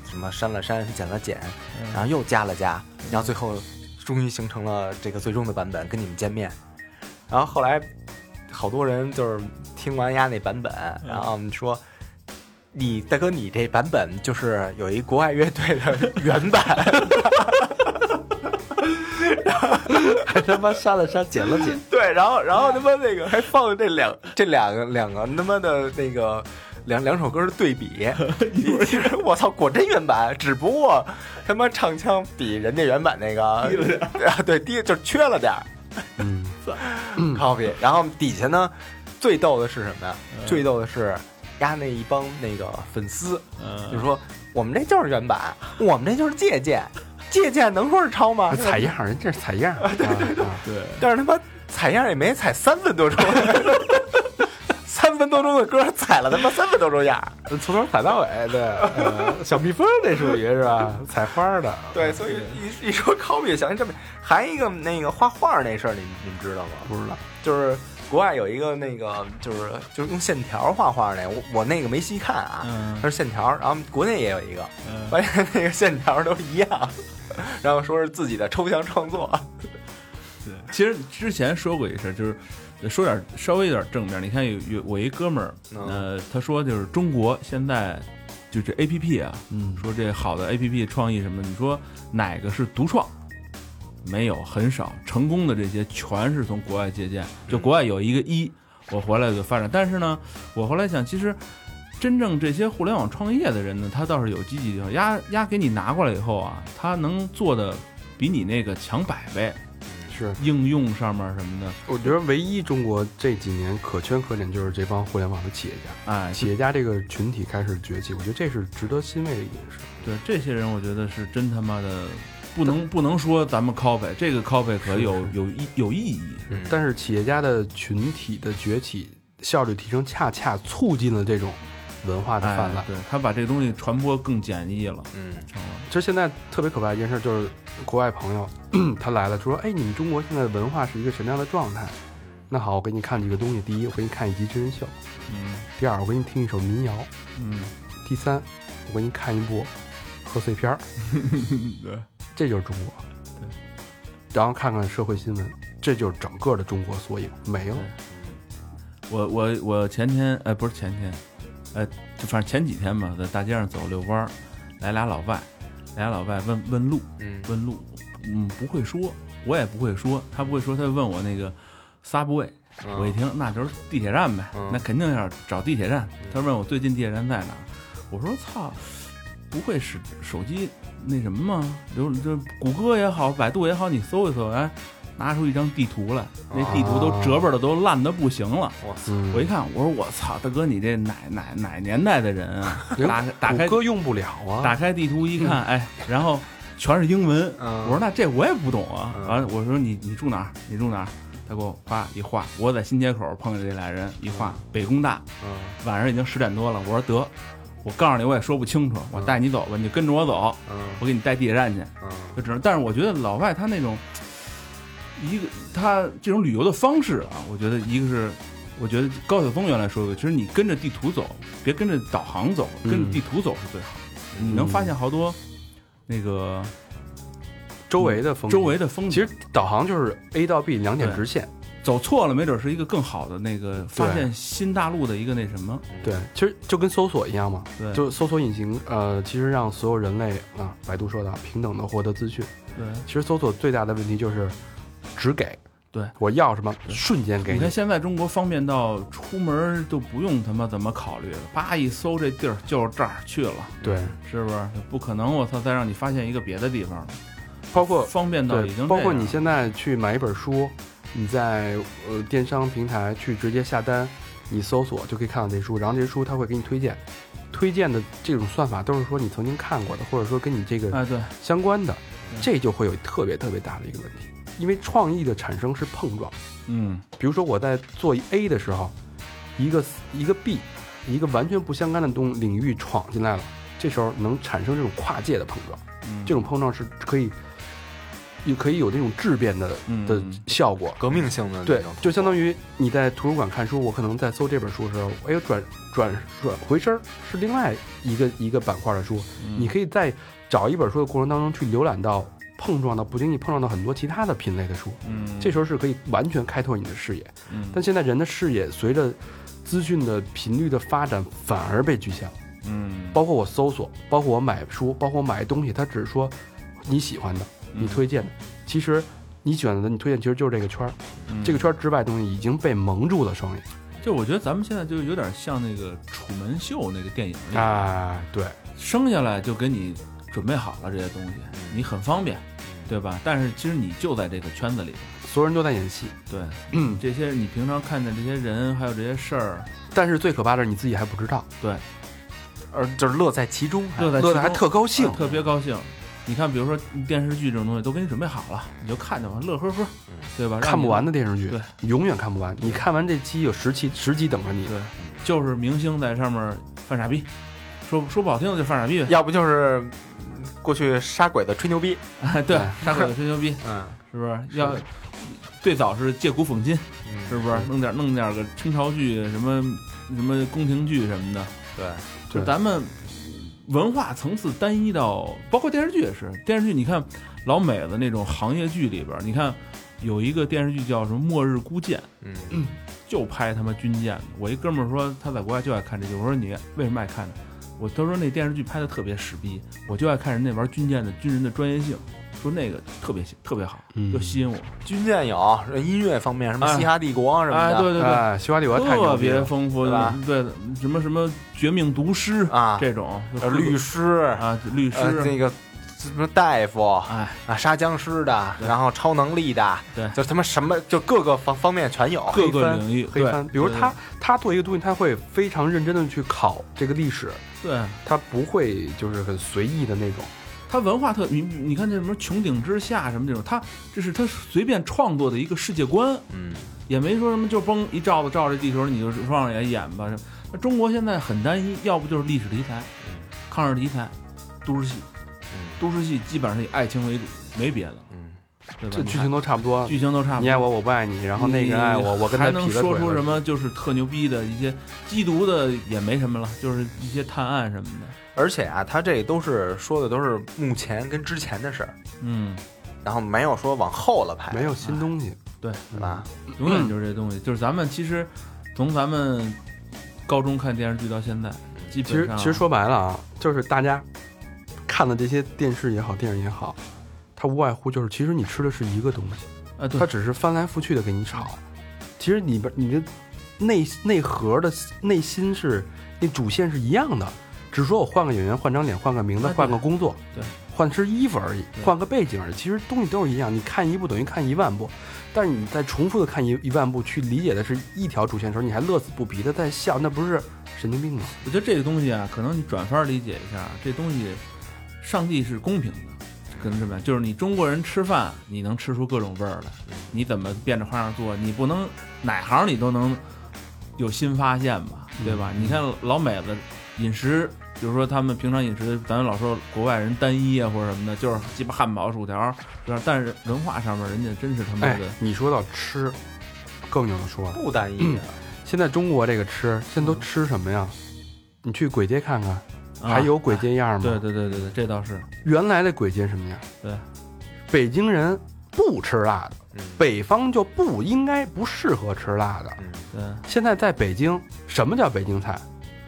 什么删了删，减了减，
嗯
然后又加了加，然后最后终于形成了这个最终的版本，跟你们见面。然后后来好多人就是听完丫那版本，然后说。你大哥，你这版本就是有一国外乐队的原版，
还他妈删了删，剪了剪，
对，然后然后他妈那个还放这两这两个两个他妈的那个两两首歌的对比，你其实我操，果真原版，只不过他妈唱腔比人家原版那个低了点，啊 对，低就是缺了点儿
嗯，
copy。然后底下呢，最逗的是什么呀？最逗的是压那一帮那个粉丝，
嗯，
就说我们这就是原版，我们这就是借鉴，借鉴能说是抄吗？
啊采样儿，人这是采样啊儿，对对对，
对，
但是他妈采样也没采三分 多钟，三分多钟的歌采了他妈三分多钟样儿。
啊从头采到尾，对，呃小蜜蜂这属于是吧？采花儿的，
对，所以一一说 copy 想起这么，还一个那个画画那事儿，你你们知道吗？
不知道，
就是国外有一个那个就是就是用线条画画那，我我那个没细看啊，
嗯
它是线条，然后国内也有一个，
嗯
发现那个线条都一样，然后说是自己的抽象创作，
对，其实之前说过一事儿，就是说点儿稍微有点儿正面儿。你看有有我一哥们儿，
嗯
呃，他说就是中国现在就这 A P P 啊，
嗯，
说这好的 A P P 创意什么的，你说哪个是独创？没有，很少成功的这些全是从国外借鉴。就国外有一个一，我回来就发展。但是呢，我后来想，其实真正这些互联网创业的人呢，他倒是有积极性，压压给你拿过来以后啊，他能做的比你那个强百倍。
是，
应用上面什么的，
我觉得唯一中国这几年可圈可点就是这帮互联网的企业家，
哎，
企业家这个群体开始崛起，我觉得这是值得欣慰的一件事。
对这些人，我觉得是真他妈的不能不能说咱们 copy 这个 copy 可有有意有意义，
嗯
但是企业家的群体的崛起、效率提升，恰恰促进了这种文化的
哎
泛滥。
对他把这个东西传播更简易了，
嗯
嗯
其实现在特别可怕一件事，就是国外朋友 他来了，就说：“哎，你们中国现在文化是一个什么样的状态？”那好，我给你看几个东西。第一，我给你看一集真人秀；
嗯
第二，我给你听一首民谣；
嗯，
第三，我给你看一部贺岁片儿。
对，
这就是中国。然后看看社会新闻，这就是整个的中国缩影。没有，
我我我前天哎不是前天，哎就反正前几天吧，在大街上走遛弯儿，来俩老外，来俩老外问问路，
嗯
问路，嗯不会说，我也不会说，他不会说，他就问我那个 subway。我
嗯
一听，那就是地铁站呗，
嗯
那肯定要找地铁站。他问我最近地铁站在哪儿，我说操，不会使手机那什么吗？留这谷歌也好，百度也好，你搜一搜，哎，拿出一张地图来，那地图
啊
都折巴的都烂的不行了。
我操，
嗯
我一看，我说我操，大哥，你这哪哪哪年代的人啊？打开打开
哎谷歌用不了啊
打，开地图一看，哎，然后全是英文。
嗯
我说那这我也不懂啊。
嗯
完了，我说你你住哪儿？你住哪儿？他给我夸一画，我在新街口碰见这俩人，一画北工大，
嗯
晚上已经十点多了。我说得，我告诉你我也说不清楚，我带你走吧，你就跟着我走，
嗯
我给你带地铁站去。
嗯
就只能，但是我觉得老外他那种一个他这种旅游的方式啊，我觉得一个是，我觉得高晓松原来说过，其实你跟着地图走，别跟着导航走，
嗯
跟着地图走是最好的。你能发现好多那个
周围的风景
周围的风景，
其实导航就是 A 到 B 两点直线。
走错了，没准是一个更好的那个发现新大陆的一个那什么。
对，其实就跟搜索一样嘛，
嗯对
就是搜索引擎，呃，其实让所有人类啊，百度说的平等的获得资讯。
对，
其实搜索最大的问题就是只给，
对
我要什么瞬间给
你
你
看。现在中国方便到出门就不用他妈怎么考虑了，叭一搜这地儿就是这儿去了，
对，
是不是？不可能，我操！再让你发现一个别的地方了。
包括
方便到已经
对，包括
这样
你现在去买一本书，你在呃电商平台去直接下单，你搜索就可以看到这书，然后这书它会给你推荐，推荐的这种算法都是说你曾经看过的，或者说跟你这个
哎对，
相关的，
对
这就会有特别特别大的一个问题，因为创意的产生是碰撞。
嗯
比如说我在做 A 的时候，一个一个 B，一个完全不相干的东领域闯进来了，这时候能产生这种跨界的碰撞。
嗯，
这种碰撞是可以也可以有这种质变的
嗯
的效果。
革命性的那
对
种，，
就相当于你在图书馆看书，我可能在搜这本书的时候，哎呦转转转回身儿是另外一个一个板块的书，
嗯
你可以在找一本书的过程当中去浏览到碰撞到不经意碰撞到很多其他的品类的书，
嗯，
这时候是可以完全开拓你的视野。
嗯
但现在人的视野随着资讯的频率的发展反而被局限了，
嗯
包括我搜索，包括我买书，包括我买东西，它只是说你喜欢的，
嗯
你推荐的，其实你选的你推荐其实就是这个圈儿。
嗯
这个圈儿之外的东西已经被蒙住了双眼
就我觉得咱们现在就有点像那个《楚门秀》那个电影里，
啊！对，
生下来就给你准备好了这些东西，
嗯
你很方便，对吧？但是其实你就在这个圈子里，
所有人都在演戏，
对
嗯，
这些你平常看见这些人还有这些事儿，
但是最可怕的是你自己还不知道，
而呃就是乐在其中，还
乐在
乐的还
其中
特高兴
啊，特别高兴。
嗯
你看，比如说电视剧这种东西都给你准备好了，你就看着吧，乐呵呵，对吧？
嗯看不完
的。
的电视剧
对，
永远看不完。你看完这期有十期，十集等着你。
对，就是明星在上面犯傻逼，说说不好听的就犯傻逼 呗。
要不就是嗯过去杀鬼子吹牛逼，
哎对，傻 鬼子吹牛逼，
嗯
是不是？要最早是借古讽今，
嗯
是不是？弄点弄点个清朝剧，什么什么宫廷剧什么的，
对，
就
对
咱们文化层次单一到，包括电视剧也是。电视剧你看老美的那种行业剧里边儿，你看有一个电视剧叫什么《末日孤舰》。
嗯，
就拍他妈军舰的。我一哥们儿说他在国外就爱看这剧，我说你为什么爱看呢？我他说那电视剧拍的特别屎逼，我就爱看人那玩军舰的军人的专业性，说那个特别特别好，
嗯
就吸引我。
军舰有音乐方面，什么
哎
嘻哈帝国什么
哎，
的
对对对，
啊，西瓜里我太牛
特
逼
别
了，
丰富，
对吧
对什么什么绝命毒师
啊，
这种，就
呃律师，
啊律
呃
师，
那个什么大夫，
哎，
啊，杀僵尸的，
对
然后超能力的，
对
就他妈什么，就各个方方面全有。
各
黑
个
帆
领域，
黑
对
帆，比如他他做一个东西，他会非常认真的去考这个历史，
对，
他不会就是很随意的那种。
他文化特你你看这什么穹顶之下什么这种，他这是他随便创作的一个世界观，
嗯，
也没说什么，就嘣一照子照着地球，你就往上演吧。那中国现在很单一，要不就是历史题材、
嗯
抗日题材、都市戏，都市戏基本上以爱情为主，没别的，
嗯，
对吧？
这
你
剧
看
情都差不多，
剧情都差不多。
你爱我，我不爱你，然后那个人爱我，
你
我跟他
还
劈了
能
腿
说出
了
什？么就是特牛逼的一些缉毒的也没什么了，就是一些探案什么的。
而且啊，他这都是说的都是目前跟之前的事儿，
嗯，
然后没有说往后了拍，
没有新东西，
对，嗯
对吧？
嗯
永远就是这东西。就是咱们其实从咱们高中看电视剧到现在，基
其
本
实
上
其实说白了啊，就是大家看的这些电视也好，电影也好，它无外乎就是，其实你吃的是一个东西，
啊，对
它，只是翻来覆去的给你炒。其实里边你的内内核的内心是那主线是一样的，只是说我换个演员、换张脸、换个名字、
啊对
换个工作、
对
换身衣服而已，
对
换个背景而已。其实东西都是一样，你看一部等于看一万部，但是你在重复的看一一万部去理解的是一条主线的时候，你还乐此不疲的在笑，那不是神经病吗？
我觉得这个东西啊，可能你转发理解一下，这东西，上帝是公平的，可能这么样，就是你中国人吃饭，你能吃出各种味儿来，你怎么变着花样做，你不能哪行你都能有新发现吧，对吧？
嗯
你看老美子饮食，比如说他们平常饮食，咱们老说国外人单一啊或者什么的，就是鸡巴汉堡、薯条，是吧？但是文化上面人家真是他妈
哎
的，，
你说到吃，更有的说了。
不单一啊，
现在中国这个吃，现在都吃什么呀？你去簋街看看，
嗯啊
哎还有簋街样吗？
对对对对对，这倒是，
原来的簋街什么样？
对，
北京人不吃辣的，
嗯
北方就不应该不适合吃辣的。
嗯，
对，
现在在北京，什么叫北京菜？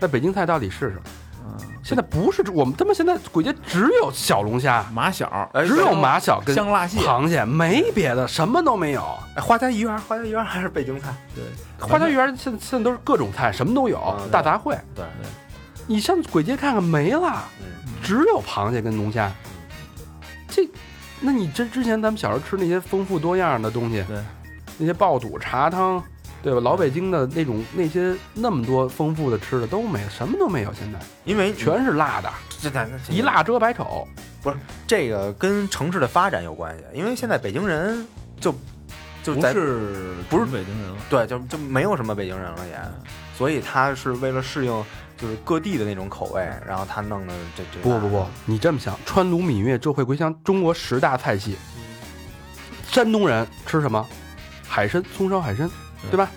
那北京菜到底是什么？
嗯，
现在不是我们他妈现在簋街只有小龙虾，
马小、
哎
只有马小跟
香辣蟹，
螃蟹，没别的，什么都没有。
哎花家怡园，花家怡园还是北京菜，
对。
花家园现在现在都是各种菜，什么都有，
嗯
大杂烩。
对
对
你上簋街看看没了，
嗯，
只有螃蟹跟龙虾。这，那你之之前咱们小时候吃那些丰富多样的东西，
对，
那些爆肚、茶汤，对吧？老北京的那种那些那么多丰富的吃的都没，什么都没有，现在
因为
全是辣的，
这咱这
一辣遮百丑。
这个跟城市的发展有关系，因为现在北京人就就
不
在
是
不是
北京人了，
对就就没有什么北京人了也，所以他是为了适应就是各地的那种口味，然后他弄的这这
不不不，你这么想，川鲁闽粤、浙会桂香，中国十大菜系，山东人吃什么？海参，葱烧海参，
对
对吧？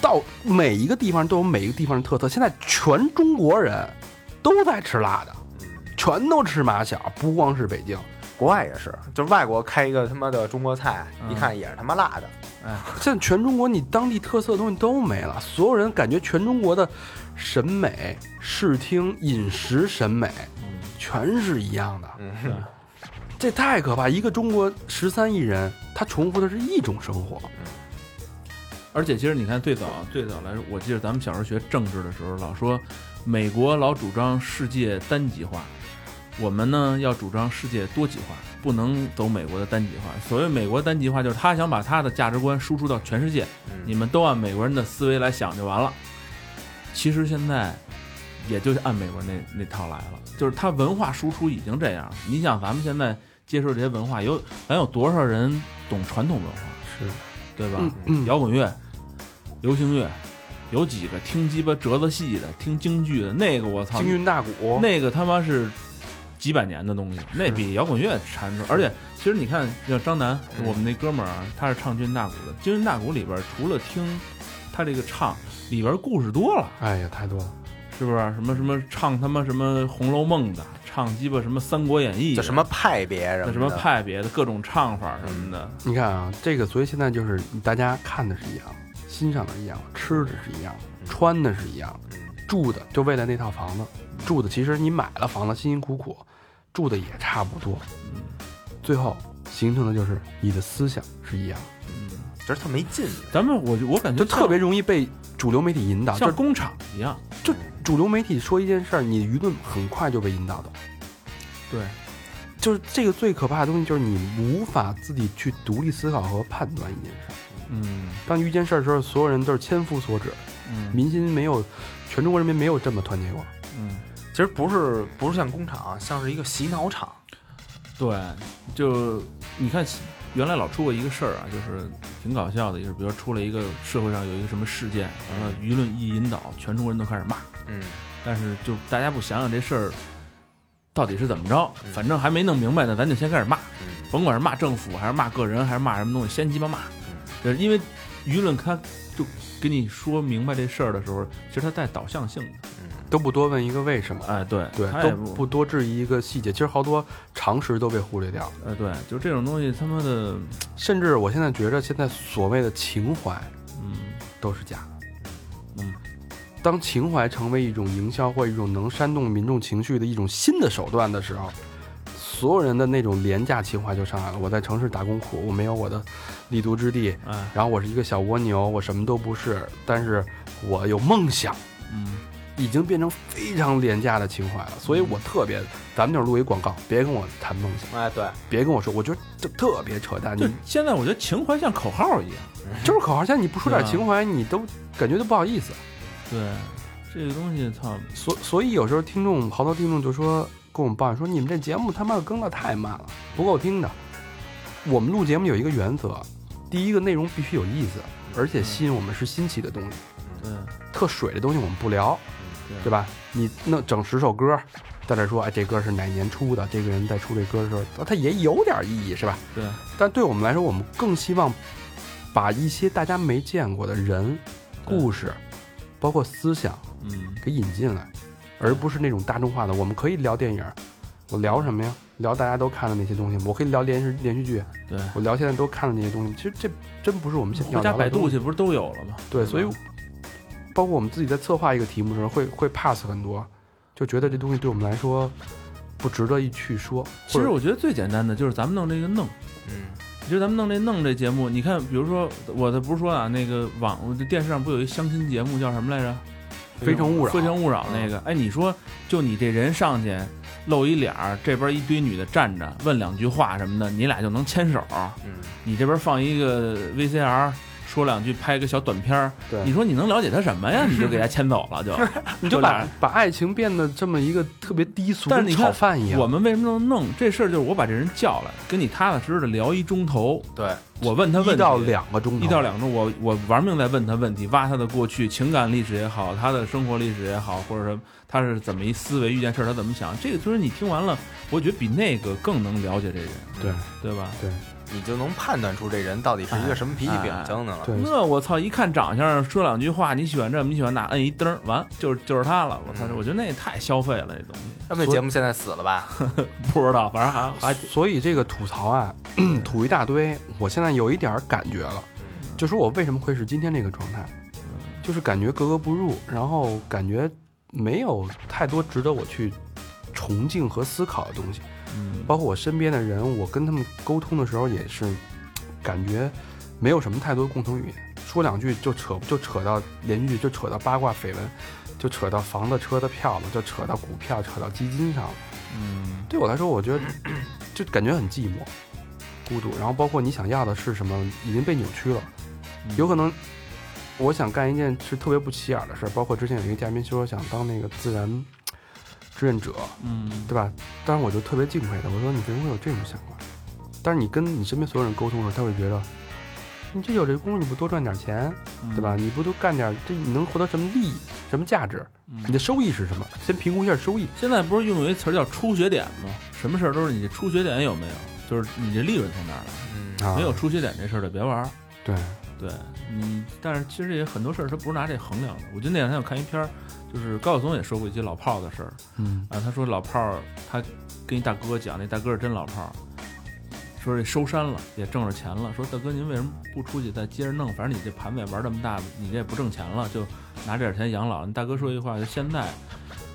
到每一个地方都有每一个地方的特色。现在全中国人都在吃辣的，全都吃麻小，不光是北京。
国外也是，就是外国开一个他妈的中国菜，一看嗯也是他妈辣的。
现在全中国你当地特色的东西都没了，所有人感觉全中国的审美、视听、饮食审美全是一样的，
嗯，
这太可怕！一个中国十三亿人，他重复的是一种生活，
而且其实你看，最早最早来说，我记得咱们小时候学政治的时候，老说美国老主张世界单极化，我们呢要主张世界多极化，不能走美国的单极化。所谓美国单极化，就是他想把他的价值观输出到全世界，
嗯
你们都按美国人的思维来想就完了。其实现在，也就是按美国那那套来了，就是他文化输出已经这样了。你想，咱们现在接受这些文化，有咱有多少人懂传统文化？
是，
对吧？
啊嗯嗯
摇滚乐、流行乐，有几个听鸡巴折子戏的，听京剧的，那个我操
京，韵大鼓。
那个他妈是几百年的东西，那比摇滚乐缠着。而且其实你看，像张楠，
嗯
我们那哥们儿啊，他是唱京韵大鼓的，京韵大鼓里边除了听他这个唱，里边故事多了。
哎呀，太多了！
是不是？什么什么唱他妈什么《红楼梦》的，唱鸡巴什么《三国演义》
就
的，
什么派别什么
那
的
什么，派别的各种唱法什么的，
你看啊，这个，所以现在就是大家看的是一样，欣赏的一样，吃的是一样，穿的是一样，住的就为了那套房子，住的其实你买了房子，辛辛苦苦住的也差不多，
嗯
最后形成的就是你的思想是一样，
觉得特没劲。
嗯咱们我就我感觉
就特别
像
容易被主流媒体引导，啊就
像工厂一样。
就主流媒体说一件事儿，你舆论很快就被引导的。
对，
就是这个最可怕的东西，就是你无法自己去独立思考和判断一件事儿。
嗯
当遇见事儿的时候，所有人都是千夫所指，
嗯
民心没有，全中国人民没有这么团结过。
嗯，
其实不是不是像工厂，像是一个洗脑场。
对，就你看，原来老出过一个事儿啊，就是挺搞笑的，就是比如说出了一个社会上有一个什么事件，完了舆论一引导，全中国人都开始骂，
嗯，
但是就大家不想想这事儿到底是怎么着，
嗯
反正还没弄明白呢，咱就先开始骂，
嗯
甭管是骂政府还是骂个人还是骂什么东西，先鸡巴骂，就是因为舆论它就给你说明白这事儿的时候，其实它带导向性的，
都不多问一个为什么，
哎，对，
对
它，也
都不多质疑一个细节。其实好多常识都被忽略掉了。
呃，对，就这种东西，他妈的，
甚至我现在觉着，现在所谓的情怀
嗯
都是假的。
嗯，
当情怀成为一种营销或一种能煽动民众情绪的一种新的手段的时候，所有人的那种廉价情怀就上来了。我在城市打工苦，我没有我的立足之地，
哎，
然后我是一个小蜗牛，我什么都不是，但是我有梦想，
嗯。
已经变成非常廉价的情怀了。所以我特别，咱们就是录一广告，别跟我谈梦想，
哎，对，
别跟我说，我觉得这特别扯淡。
就
你
现在，我觉得情怀像口号一样。
就是口号，现在你不说点
对啊
情怀，你都感觉都不好意思。
对，这个东西，操，
所所以有时候听众好多听众就说跟我们抱怨说你们这节目他妈的更的太慢了，不够听的。我们录节目有一个原则，第一个内容必须有意思，而且吸引我们是新奇的东西，
对，
特水的东西我们不聊，对吧？你弄整十首歌，在这说哎这歌是哪年出的，这个人在出这歌的时候，它也有点意义是吧？
对，
但对我们来说，我们更希望把一些大家没见过的人、故事，包括思想。
嗯，
给引进来，而不是那种大众化的。我们可以聊电影，我聊什么呀？聊大家都看的那些东西。我可以聊连续连续剧，
对。
我聊现在都看的那些东西。其实这
嗯
真不是我们现在
回
要
家
聊
百
的
度
东西。
去，不是都有了吗？
对，所以包括我们自己在策划一个题目的时候，会会 pass 很多，就觉得这东西对我们来说不值得一去说。
其实我觉得最简单的就是咱们弄这个弄，
嗯
其实咱们弄这弄这节目，你看，比如说我的不是说啊，那个网电视上不有一相亲节目叫什么来着？
非诚勿扰嗯
非诚勿扰那个，哎，你说就你这人上去露一脸儿，这边一堆女的站着，问两句话什么的，你俩就能牵手。
嗯，
你这边放一个 VCR，说两句，拍个小短片儿，
对
你说你能了解他什 么呀？你就给他牵走了就。
你就
就
把
俩
把爱情变得这么一个特别低俗，
但是
跟
你看
炒饭一样。
我们为什么能弄这事儿？就是我把这人叫来，跟你踏踏实实的聊一钟头，
对，
我问他问题
一到两个钟头，
一到两周，我我玩命在问他问题，挖他的过去、情感历史也好，他的生活历史也好，或者说他是怎么一思维，遇见事儿他怎么想，这个就是你听完了，我觉得比那个更能了解这人，
对。
对吧？
对，
你就能判断出这人到底是一个什么脾气秉性的了。
对，
那我操，一看长相，说两句话，你喜欢这，你喜欢那，摁一灯儿，完就是就是他了。我操，
嗯
我觉得那也太消费了，那东西
那么这节目现在死了吧？
不知道，反正还还
所以这个吐槽啊， 吐一大堆，我现在有一点儿感觉了，就说我为什么会是今天这个状态，就是感觉格格不入，然后感觉没有太多值得我去崇敬和思考的东西，
嗯
包括我身边的人，我跟他们沟通的时候也是感觉没有什么太多共同语言，说两句就扯就扯到连续剧，就扯到八卦绯闻，就扯到房子、车的票了，就扯到股票、扯到基金上了。
嗯
对我来说，我觉得就感觉很寂寞、孤独。然后包括你想要的是什么，已经被扭曲了。
嗯
有可能我想干一件是特别不起眼的事儿，包括之前有一个嘉宾说想当那个自然志愿者，
嗯
对吧？当时我就特别敬佩他，我说你为什么会有这种想法？但是你跟你身边所有人沟通的时候，他会觉得你这有这功夫，你不多赚点钱，
嗯
对吧？？你不多干点，这你能获得什么利益、什么价值？
嗯
你的收益是什么？先评估一下收益。
现在不是用有一词儿叫出血点吗？什么事儿都是你这出血点有没有，就是你这利润从哪儿来？
嗯，
啊
没有出血点这事儿就别玩儿。
对，
对你，但是其实也很多事儿，他不是拿这衡量的。我记得那两天我看一篇儿，就是高晓松也说过一些老炮儿的事儿
嗯
啊。他说老炮儿，他跟一大哥讲，那大哥是真老炮儿，说这收山了，也挣着钱了。说大哥，您为什么不出去再接着弄？反正你这盘子也玩这么大，你这也不挣钱了，就拿这点钱养老。你大哥说一句话，就现在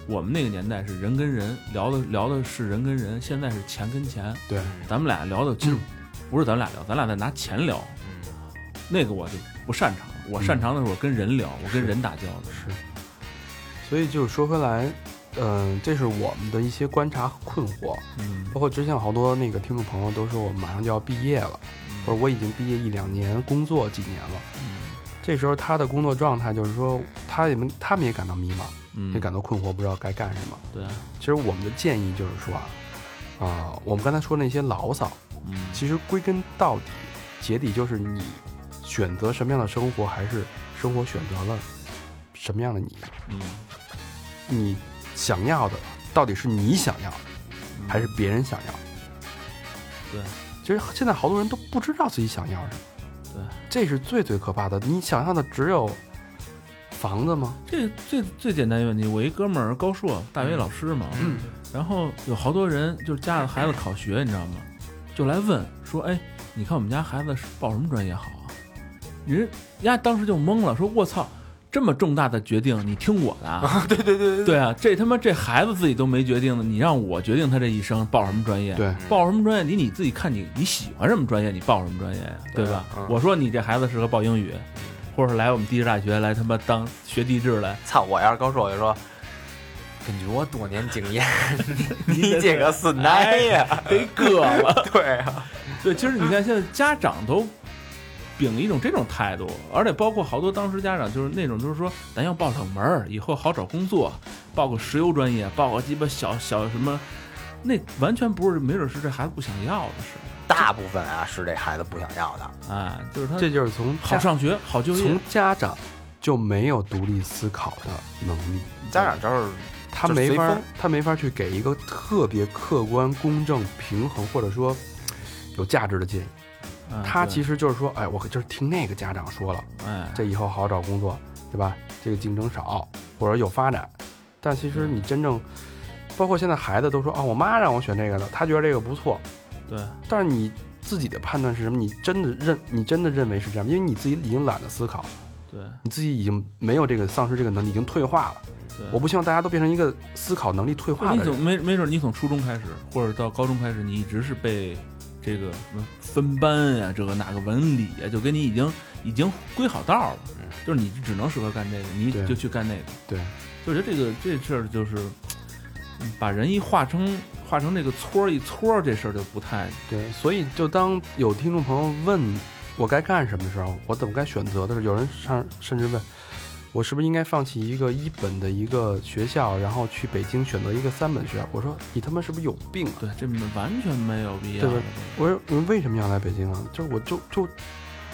我们那个年代是人跟人聊的，聊的是人跟人，现在是钱跟钱。
对，
咱们俩聊的
嗯
其实不是咱俩聊，咱俩在拿钱聊。那个我就不擅长，我
嗯
擅长的是我跟人聊，我跟人打交道。
是。所以就说回来，嗯、这是我们的一些观察和困惑，
嗯
包括之前有好多那个听众朋友都说我马上就要毕业了，或者我已经毕业一两年，工作几年了。这时候他的工作状态就是说，他也他们也感到迷茫，
嗯，
也感到困惑，不知道该干什么。
对啊，
其实我们的建议就是说啊，啊、我们刚才说那些牢骚，
嗯，
其实归根到底，结底就是你选择什么样的生活，还是生活选择了什么样的你。
嗯
你想要的到底是你想要，还是别人想要？
对，
其实现在好多人都不知道自己想要什么，
对，
这是最最可怕的。你想要的只有房子吗？
这最最简单一个问题，我一哥们儿高硕，大学老师嘛，
嗯啊
然后有好多人就是家里孩子考学，你知道吗？就来问说，哎，你看我们家孩子是报什么专业好啊？人家当时就懵了，说我操，这么重大的决定你听我的啊？对对对对对啊，这他妈这孩子自己都没决定呢，你让我决定他这一生报什么专业？啊
对，
报什么专业，你你自己看你你喜欢什么专业，你报什么专业呀，对吧？
啊
嗯
我说你这孩子适合报英语，或者来我们地质大学来他妈当学地质 来，
操！我要是高硕，我就说，根据我多年 经验，你这个是奶哎呀！
得割了。
对啊，
对，其实你看现在家长都秉一种这种态度，而且包括好多当时家长就是那种就是说，咱要报冷门儿，以后好找工作，报个石油专业，报个鸡巴小小什么，那完全不是，没准是这孩子不想要的事儿
大部分啊是这孩子不想要的。
啊，就是他
这就是从
好
家
上学好就业
从，家长就没有独立思考的能力，
家长就是
他
就是
没
随
法
风
他没法去给一个特别客观、公正、平衡或者说有价值的建议。
啊
他
对
其实就是说，哎，我就是听那个家长说了。
哎
这以后好找工作，对吧？这个竞争少，或者有发展。但其实你真正，包括现在孩子都说啊、我妈让我选这个的，她觉得这个不错。
对。
但是你自己的判断是什么？你真的认，你真的认为是这样？因为你自己已经懒得思考，
对
你自己已经没有这个丧失这个能力，已经退化了。
对，
我不希望大家都变成一个思考能力退化
你
的人
从。没没准你从初中开始，或者到高中开始，你一直是被这个什么分班呀、这个哪个文理啊，就跟你已经已经归好道了，就是你只能适合干这个，你
嗯对
就去干那个。
对，
就觉得这个这事儿就是嗯把人一化成化成这个撮儿一撮儿，这事儿就不太
对，所以就当有听众朋友问我该干什么的时候，我怎么该选择的时候，有人上甚至问我是不是应该放弃一个一本的一个学校，然后去北京选择一个三本学校？我说你他妈是不是有病啊？
对，这完全没有必要
对
的。
吧我说我为什么要来北京啊？就是我就就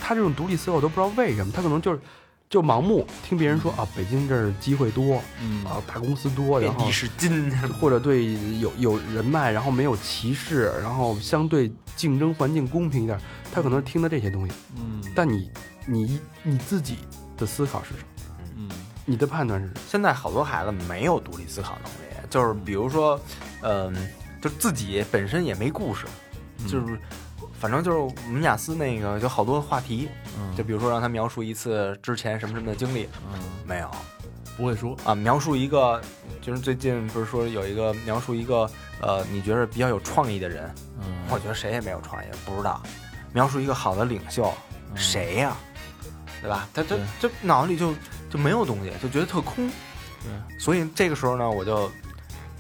他这种独立思考，我都不知道为什么，他可能就是就盲目听别人说啊，北京这儿机会多
嗯
啊，大公司多，然
遍
后
地哎是金，
或者对有有人脉，然后没有歧视，然后相对竞争环境公平一点，他可能听的这些东西，
嗯
但你你你自己的思考是什么？
嗯
你的判断是什么？
现在好多孩子没有独立思考能力，就是比如说，嗯、就自己本身也没故事，就是反正就是我们雅思那个有好多话题，
嗯
就比如说让他描述一次之前什么什么的经历，
嗯
没有
不会
哦
说
啊，描述一个就是最近不是说有一个描述一个呃，你觉得比较有创意的人，
嗯
我觉得谁也没有创意，不知道，描述一个好的领袖，
嗯
谁呀、对吧？他他
对
这脑子里就就没有东西，就觉得特空。
对，
所以这个时候呢，我就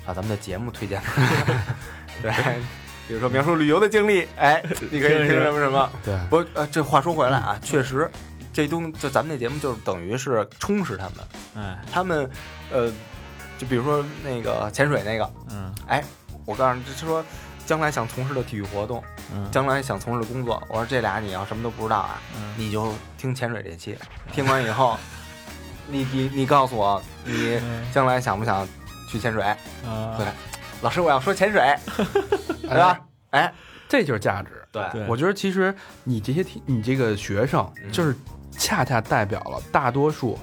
把咱们的节目推荐出 对，比如说描述旅游的经历，哎，你可以听什么什么。
对，
不，呃，这话说回来啊，确实，这东就咱们这节目就是等于是充实他们，
哎
他们，呃，就比如说那个潜水那个，
嗯
我告诉你，就是说将来想从事的体育活动，
嗯
将来想从事的工作，我说这俩你要什么都不知道啊，
嗯
你就听潜水这期，听完以后，你你你告诉我，你
嗯
将来想不想去潜水？
啊
对老师，我要说潜水，对吧？哎，
这就是价值。
对
对
我觉得其实你这些听你这个学生，
嗯
就是恰恰代表了大多数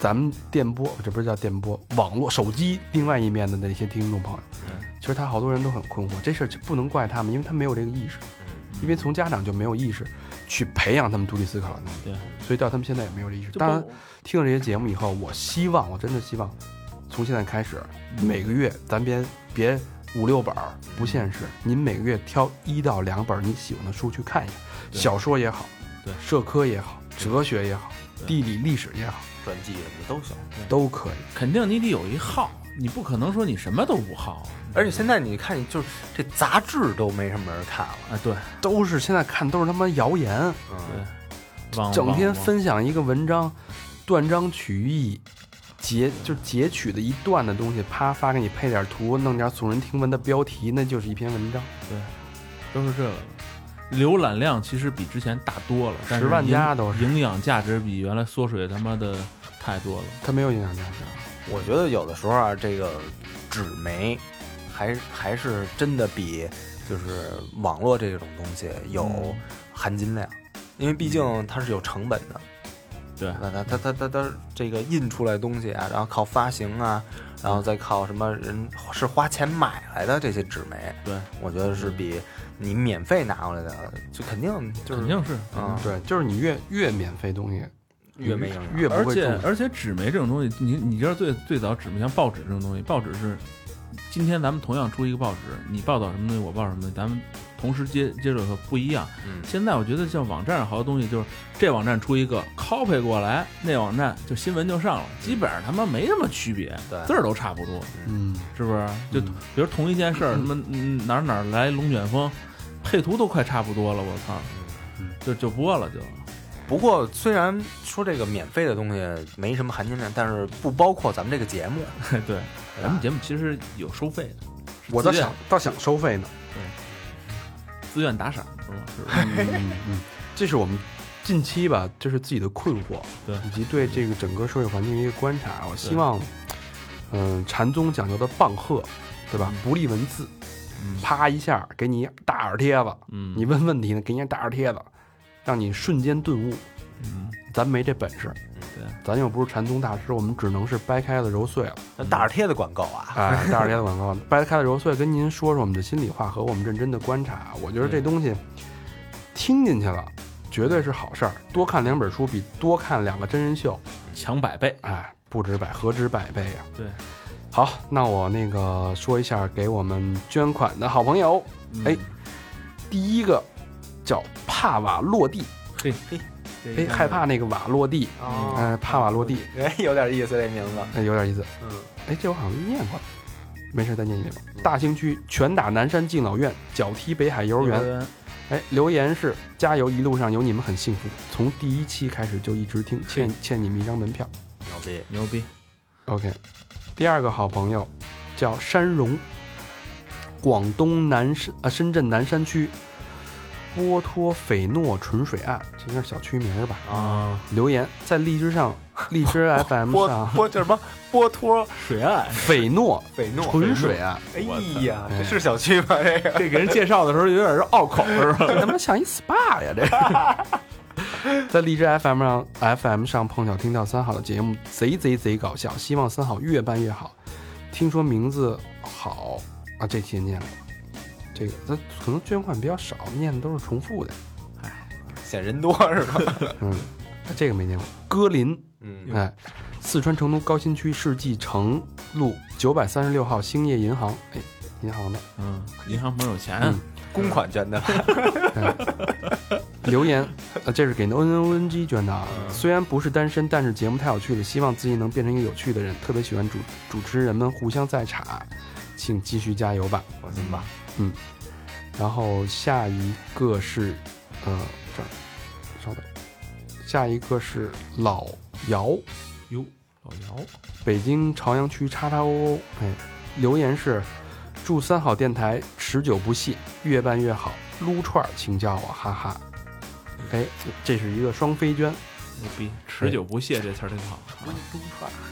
咱们电波，这不是叫电波，网络手机另外一面的那些听众朋友
嗯。
其实他好多人都很困惑，这事儿就不能怪他们，因为他没有这个意识，
嗯
因为从家长就没有意识去培养他们独立思考的能力，
对，
所以到他们现在也没有这意识。
就
当然
包，
听了这些节目以后，我希望，我真的希望，从现在开始，每个月咱别别五六本儿不
嗯
现实，您每个月挑一到两本儿你喜欢的书去看一下，
对
小说也好，
对
社科也好，哲学也好，
对
地理历史也好，
传记什么的都行。
都可以。
肯定你得有一号，你不可能说你什么都不好
哎
而且现在你看，就是这杂志都没什么人看了，
啊，对，
都是现在看都是他妈谣言，啊
嗯，
对，网
整天
网
分享一个文章，断章取义。截就是截取的一段的东西，啪发给你，配点图，弄点耸人听闻的标题，那就是一篇文章。
都是这个。浏览量其实比之前大多了，但是
十万
营
加都是
营养价值比原来缩水他妈的太多了。
它没有影响价值。
我觉得有的时候啊，这个纸媒还还是真的比就是网络这种东西有
嗯
含金量，因为毕竟它是有成本的。
对
那它它它它它这个印出来的东西啊，然后靠发行啊，然后再靠什么人是花钱买来的这些纸媒，
对，
我觉得是比你免费拿过来的，就肯定就是
肯定嗯是，
啊，
对，就是你越越免费东西，
越没营养，
越不
而
会
且
重视。
而且纸媒这种东西，你你知道最最早纸媒像报纸这种东西，报纸是今天咱们同样出一个报纸，你报道什么东西，我报道什么东西，咱们同时接接触的不一样。
嗯
现在我觉得像网站上好多东西，就是这网站出一个 copy 过来，那网站就新闻就上了，基本上他妈没什么区别，
对
字儿都差不多，
嗯，
是不是？就
嗯
比如同一件事儿，什么嗯哪儿哪儿来龙卷风，配图都快差不多了，我操
嗯，
就就播了就。
不过，虽然说这个免费的东西没什么含金量，但是不包括咱们这个节目。
对，
嗯
咱们节目其实有收费的，
我倒
自愿
想倒想收费呢。
自愿打赏是吧？是吧？
嗯嗯，这是我们近期吧，就是自己的困惑，
对
以及对这个整个社会环境的一个观察。我希
对
望，嗯、禅宗讲究的棒喝，对吧？
嗯
不立文字，
嗯
啪一下给你大耳贴子，
嗯，
你问问题呢，给你大耳贴子，让你瞬间顿悟。
嗯
咱没这本事，
对，
咱又不是禅宗大师，我们只能是掰开了揉碎了。
那大耳贴的广告 啊，
啊，大耳贴的广告，掰开了揉碎，跟您说说我们的心里话和我们认真的观察。啊我觉得
嗯
这东西听进去了，绝对是好事儿。多看两本书比多看两个真人秀，
强百倍，
哎，不止百，何止百倍呀、
对，
好，那我那个说一下给我们捐款的好朋友，
嗯
哎，第一个叫帕瓦落地，哎，害怕那个瓦落地，
哦
哎，帕瓦落地，
哎，有点意思这名字。
哎，有点意思。
嗯，
哎，这我好像念过，没事再念一遍吧。大兴区拳打南山敬老院，脚踢北海幼儿
嗯
园。哎，留言是加油，一路上有你们很幸福。从第一期开始就一直听，欠欠你们一张门票。
牛逼！
牛逼，
OK，第二个好朋友叫呃山荣，广东南深啊深圳南山区波托斐诺纯水案，这应该是小区名儿吧？
啊，
留言在荔枝上，荔枝 FM
波
上，
波叫什么？波托水岸
斐诺
北诺
纯水案，
哎呀，这是小区吗？这个
这给人介绍的时候有点是拗口是吧？这他妈像一 SPA 呀，这是。 在荔枝 FM 上，FM 上碰巧听到三好的节目，贼贼贼搞笑，希望三好越办越好。听说名字好啊，这期也念了，这个他可能捐款比较少，念的都是重复的。
显人多是吧？
嗯，这个没念过。歌林，
嗯，
哎，四川成都高新区世纪城路九百三十六号兴业银行，哎，银行的。
嗯，银行朋友有钱啊
嗯，
公款捐的，
留言，呃，这是给 N N O N G 捐的啊。虽然不是单身，但是节目太有趣了，希望自己能变成一个有趣的人。特别喜欢主主持人们互相在场，请继续加油吧。
放心吧。
然后下一个是，呃，这儿，稍等，下一个是老姚，
哟，老姚，
北京朝阳区叉叉 O O，哎，留言是，祝三好电台持久不懈，越办越好。撸串儿请叫我，哈哈。哎，这是一个双飞捐。
牛逼，持久不懈这词儿挺好。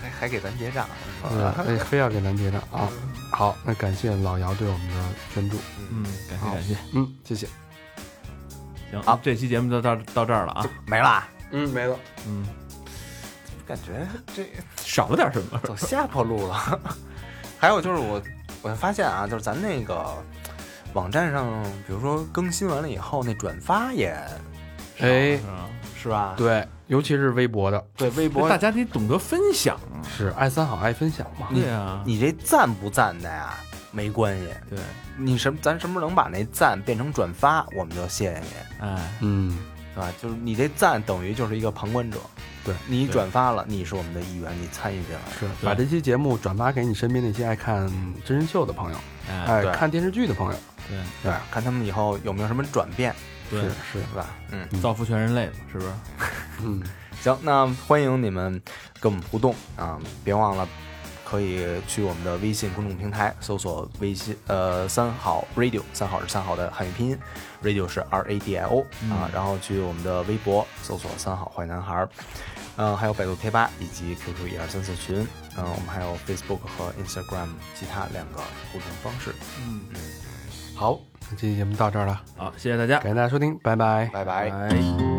还还给咱结账，
嗯，哎，非要给咱结账啊！好，那感谢老姚对我们的捐助，
嗯，感谢
好
感谢，
嗯，谢谢，
行
好，
这期节目就到到这儿了啊
就。没啦。
嗯，没了，
嗯，
感觉这
少了点什么？
走下坡路了。 还有就是我，我发现啊，就是咱那个网站上，比如说更新完了以后，那转发也
哎
是，吧
是吧？
对，尤其是微博的，
对，微博
大家得懂得分享啊。
是爱三好爱分享嘛，
对啊，
你这赞不赞的呀，没关系。
对，
你什么，咱什么时候能把那赞变成转发，我们就谢谢你，
哎，
嗯，
对吧？就是你这赞等于就是一个旁观者，
对
你
对
转发了，你是我们的一员，你参与进来了。
是把这期节目转发给你身边那些爱看真人秀的朋友，
哎，
爱
对
看电视剧的朋友，
对
对吧，看他们以后有没有什么转变，
是
对，
是，
对吧？嗯，
造福全人类嘛，是不是？
嗯，
行，那欢迎你们跟我们互动啊、别忘了可以去我们的微信公众平台搜索微信呃三好 radio，三好是三好的汉语拼音，radio 是 R A D I O 啊、然后去我们的微博搜索三好坏男孩儿。嗯，还有百度贴吧以及 QQ 一二三四群，嗯，我们还有 Facebook 和 Instagram 其他两个互动方式。嗯
好，那这期节目到这儿了，
好，谢谢大家。
感谢大家收听，拜拜。
拜拜
拜。